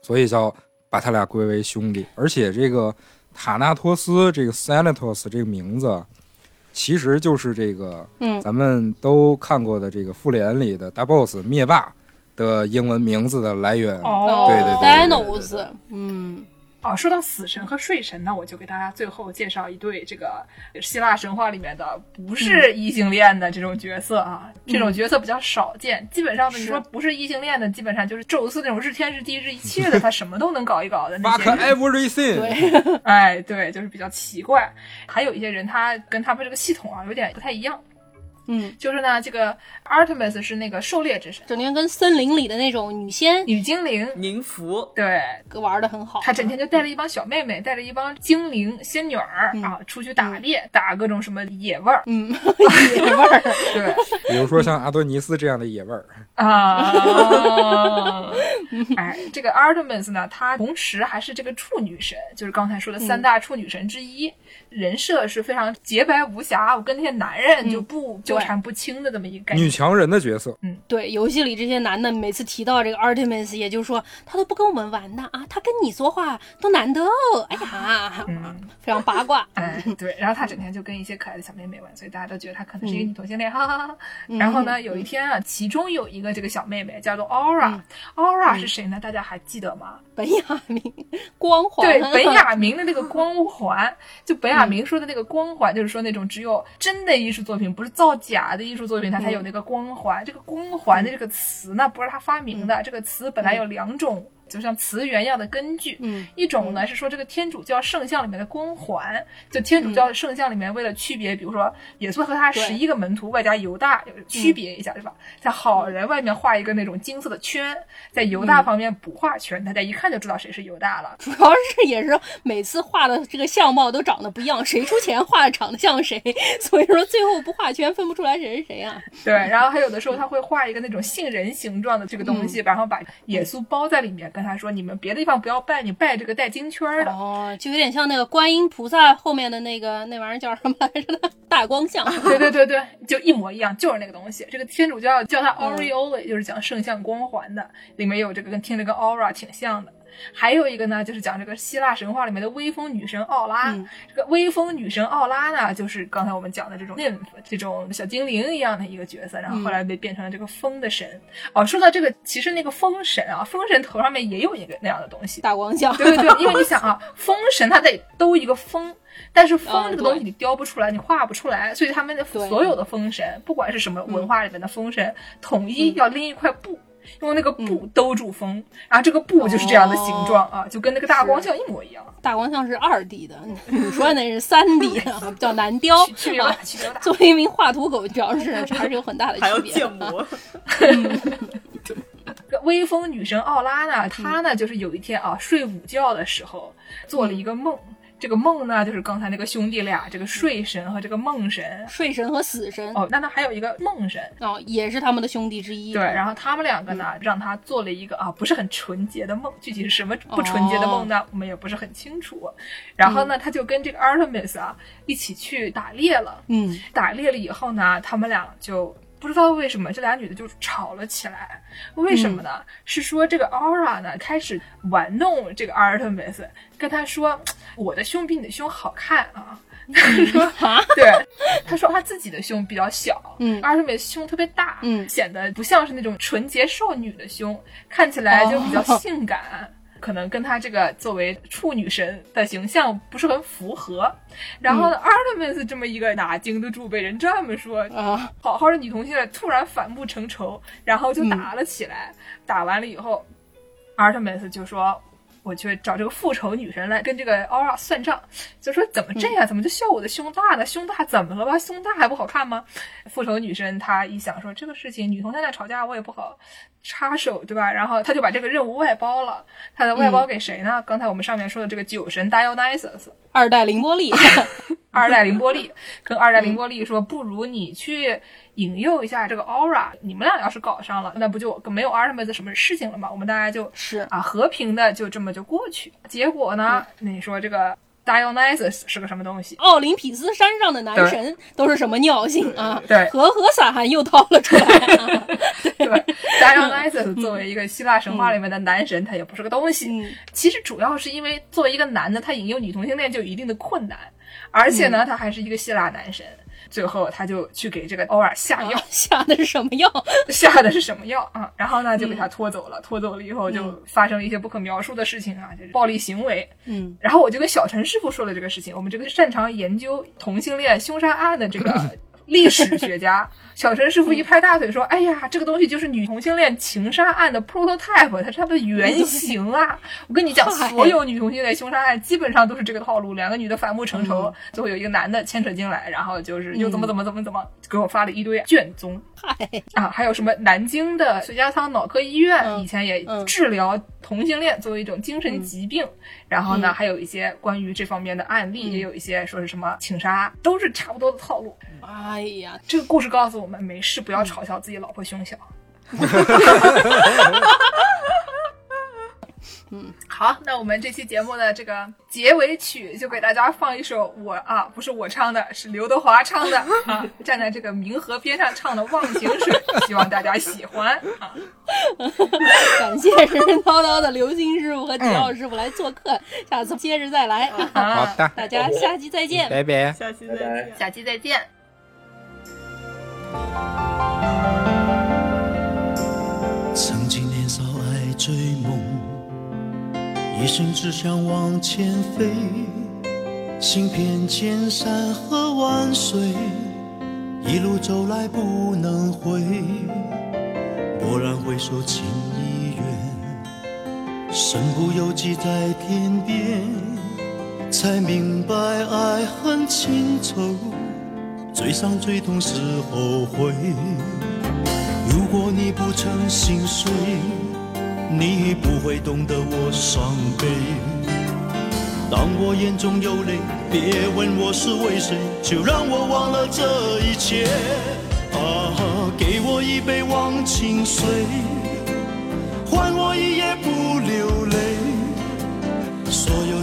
所以叫把他俩归为兄弟。而且这个塔纳托斯这个 Thanatos 这个名字，其实就是这个嗯咱们都看过的这个复联里的大 boss 灭霸的英文名字的来源。哦，对对对 d i n o s 嗯，哦，说到死神和睡神呢，我就给大家最后介绍一对这个希腊神话里面的不是异性恋的这种角色啊，这种角色比较少见。基本上呢，你是说不是异性恋的，基本上就是宙斯那种日天日地日一切 (laughs) 的，他什么都能搞一搞的那 Fuck 些人。 everything！对，哎，对，就是比较奇怪。还有一些人，他跟他们这个系统啊有点不太一样。嗯，就是呢，这个 Artemis 是那个狩猎之神，整天跟森林里的那种女仙女精灵。宁芙对玩的很好，她整天就带着一帮小妹妹，带着一帮精灵仙女儿、啊，出去打猎，打各种什么野味儿。嗯，野味儿，对比如说像阿多尼斯这样的野味儿，啊，哎，这个 Artemis 呢，她同时还是这个处女神，就是刚才说的三大处女神之一，人设是非常洁白无瑕，我跟那些男人就不纠缠不清的这么一个概念。女强人的角色。 (laughs) 对，游戏里这些男的每次提到这个 Artemis，也就是说他都不跟我们玩的啊，他跟你说话都难得哦，哎呀， (laughs) 嗯非常八卦， (laughs) 哎，对，然后她整天就跟一些可爱的小妹妹玩，所以大家都觉得她可能是一个女同性恋，哈哈哈哈。然后呢，有一天啊，其中有一个这个小妹妹叫做 Aura，Aura 是谁呢？大家还记得吗？本雅明光环， (laughs) 对，本雅明的那个光环，就本雅明说的那个光环，就是说那种只有真的艺术作品，不是造假的艺术作品，它才有那个光环。这个光环的这个词呢，不是他发明的，这个词本来有两种，就像词源一样的根据。嗯一种呢是说这个天主教圣像里面的光环，就天主教圣像里面为了区别，比如说耶稣和他嗯对嗯十一个门徒外加犹大有区别一下，是吧？在好人外面画一个那种金色的圈，在犹嗯大旁边不画圈，大家一看就知道谁是犹大了。主要是也是每次画的这个相貌都长得不一样，谁出钱画的长得像谁，所以说最后不画圈分不出来谁是谁啊。对，然后还有的时候他会画一个那种杏仁形状的这个东嗯西，然后把耶稣包在里面，跟他说：“你们别的地方不要拜，你拜这个带金圈儿的。哦，就有点像那个观音菩萨后面的那个那玩意儿叫什么来着？大光 (laughs) 像。对对对对，就一模一样，就是那个东西。这个天主教叫它 aureole，、就是讲圣像光环的，里面有这个跟听着跟 aura 挺像的。还有一个呢，就是讲这个希腊神话里面的威风女神奥拉。嗯这个威风女神奥拉呢，就是刚才我们讲的这种 nymph 这种小精灵一样的一个角色，然后后来被变成了这个风的神。哦，说到这个，其实那个风神啊，风神头上面也有一个那样的东西。大光像，对对对，因为你想啊，风神它得兜一个风，但是风嗯这个东西对你雕不出来，你画不出来，所以他们的对所有的风神，不管是什么文化里面的风神，统一要拎一块布。用那个布兜住风，然后这个布就是这样的形状啊，就跟那个大光像一模一样，大光像是二 D 的，你说的那是三 D 的， (laughs) 比较难雕区别啊吧，。区别吧。作为一名画图狗，表示还是有很大的还 (laughs) 要区别建的。模，这个威风女神奥拉呢，她呢就是有一天啊睡午觉的时候做了一个梦，这个梦呢就是刚才那个兄弟俩，这个睡神和这个梦神。睡神和死神哦，那那还有一个梦神，哦，也是他们的兄弟之一。对，然后他们两个呢，让他做了一个啊不是很纯洁的梦，具体是什么不纯洁的梦呢？我们也不是很清楚。然后呢，他就跟这个 Artemis 啊一起去打猎了。嗯，打猎了以后呢，他们俩就不知道为什么这俩女的就吵了起来。为什么呢？是说这个 Aura 呢开始玩弄这个 Artemis，跟他说我的胸比你的胸好看啊。 (laughs) 他说啊，对，他说他自己的胸比较小，嗯而是美胸特别大，嗯显得不像是那种纯洁少女的胸，看起来就比较哦 (laughs) 性感。可能跟她这个作为处女神的形象不是很符合，然嗯后呢 Artemis 这么一个哪经得住被人这么说，啊，好好的女同性恋突然反目成仇，然后就打了起来。打完了以后，Artemis 就说：“我去找这个复仇女神来跟这个奥拉算账，就说怎么这样，怎么就笑我的胸大呢？胸大怎么了吧？胸大还不好看吗？复仇女神她一想说这个事情，女同现在吵架我也不好插手，对吧？然后她就把这个任务外包了，她的外包给谁呢？刚才我们上面说的这个酒神 Dionysus，二代凌 (laughs) 波丽，二代凌波丽嗯跟二代凌波丽说，不如你去引诱一下这个 Aura，你们俩要是搞上了，那不就没有 Artemis 什么事情了吗？我们大家就是啊和平的就这么就过去。结果呢，你说这个 Dionysus 是个什么东西？奥林匹斯山上的男神都是什么尿性啊？对和和散寒又掏了出 (laughs) 来、啊。对吧 (laughs) ？Dionysus 作为一个希腊神话里面的男神，他也不是个东西。嗯其实主要是因为作为一个男的，他引诱女同性恋就有一定的困难，而且嗯呢，他还是一个希腊男神。最后，他就去给这个欧尔下啊药，下的是什么药？下的是什么药啊？然后呢，就给他拖走了。拖走了以后，就发生了一些不可描述的事情啊，就是暴力行为。嗯，然后我就跟小陈师傅说了这个事情，我们这个擅长研究同性恋凶杀案的这个历史学家小陈师傅一拍大腿说：“哎呀，这个东西就是女同性恋情杀案的 prototype，它是它的原型啊！我跟你讲，嗨所有女同性恋凶杀案基本上都是这个套路，两个女的反目成嗯仇，最后有一个男的牵扯进来，然后就是又怎么怎么怎么怎么，给我发了一堆卷宗。”嗨，啊，还有什么南京的隋家仓脑科医院、嗯以前也嗯治疗同性恋作为一种精神疾病，然后呢，嗯还有一些关于这方面的案例，也有一些说是什么请杀，都是差不多的套路。哎呀，这个故事告诉我们，没事不要嘲笑自己老婆胸小。嗯，好，那我们这期节目的这个结尾曲就给大家放一首我啊，不是我唱的，是刘德华唱 (laughs) 的啊，站在这个冥河边上唱的《忘情水》，希望大家喜欢啊。 (laughs) 感谢神神叨叨的刘星师傅和嗯吉奥师傅来做客，下次接着再来啊！好啊，的，大家下期再见。拜拜。下期再拜拜见。下期再见。曾经年少爱追梦，一心只想往前飞，行遍千山和万水，一路走来不能回。蓦然回首，情已远，身不由己在天边，才明白爱恨情仇，最伤最痛是后悔。如果你不曾心碎，你不会懂得我伤悲。当我眼中有泪，别问我是为谁，就让我忘了这一切。啊，给我一杯忘情水，换我一夜不流泪。所有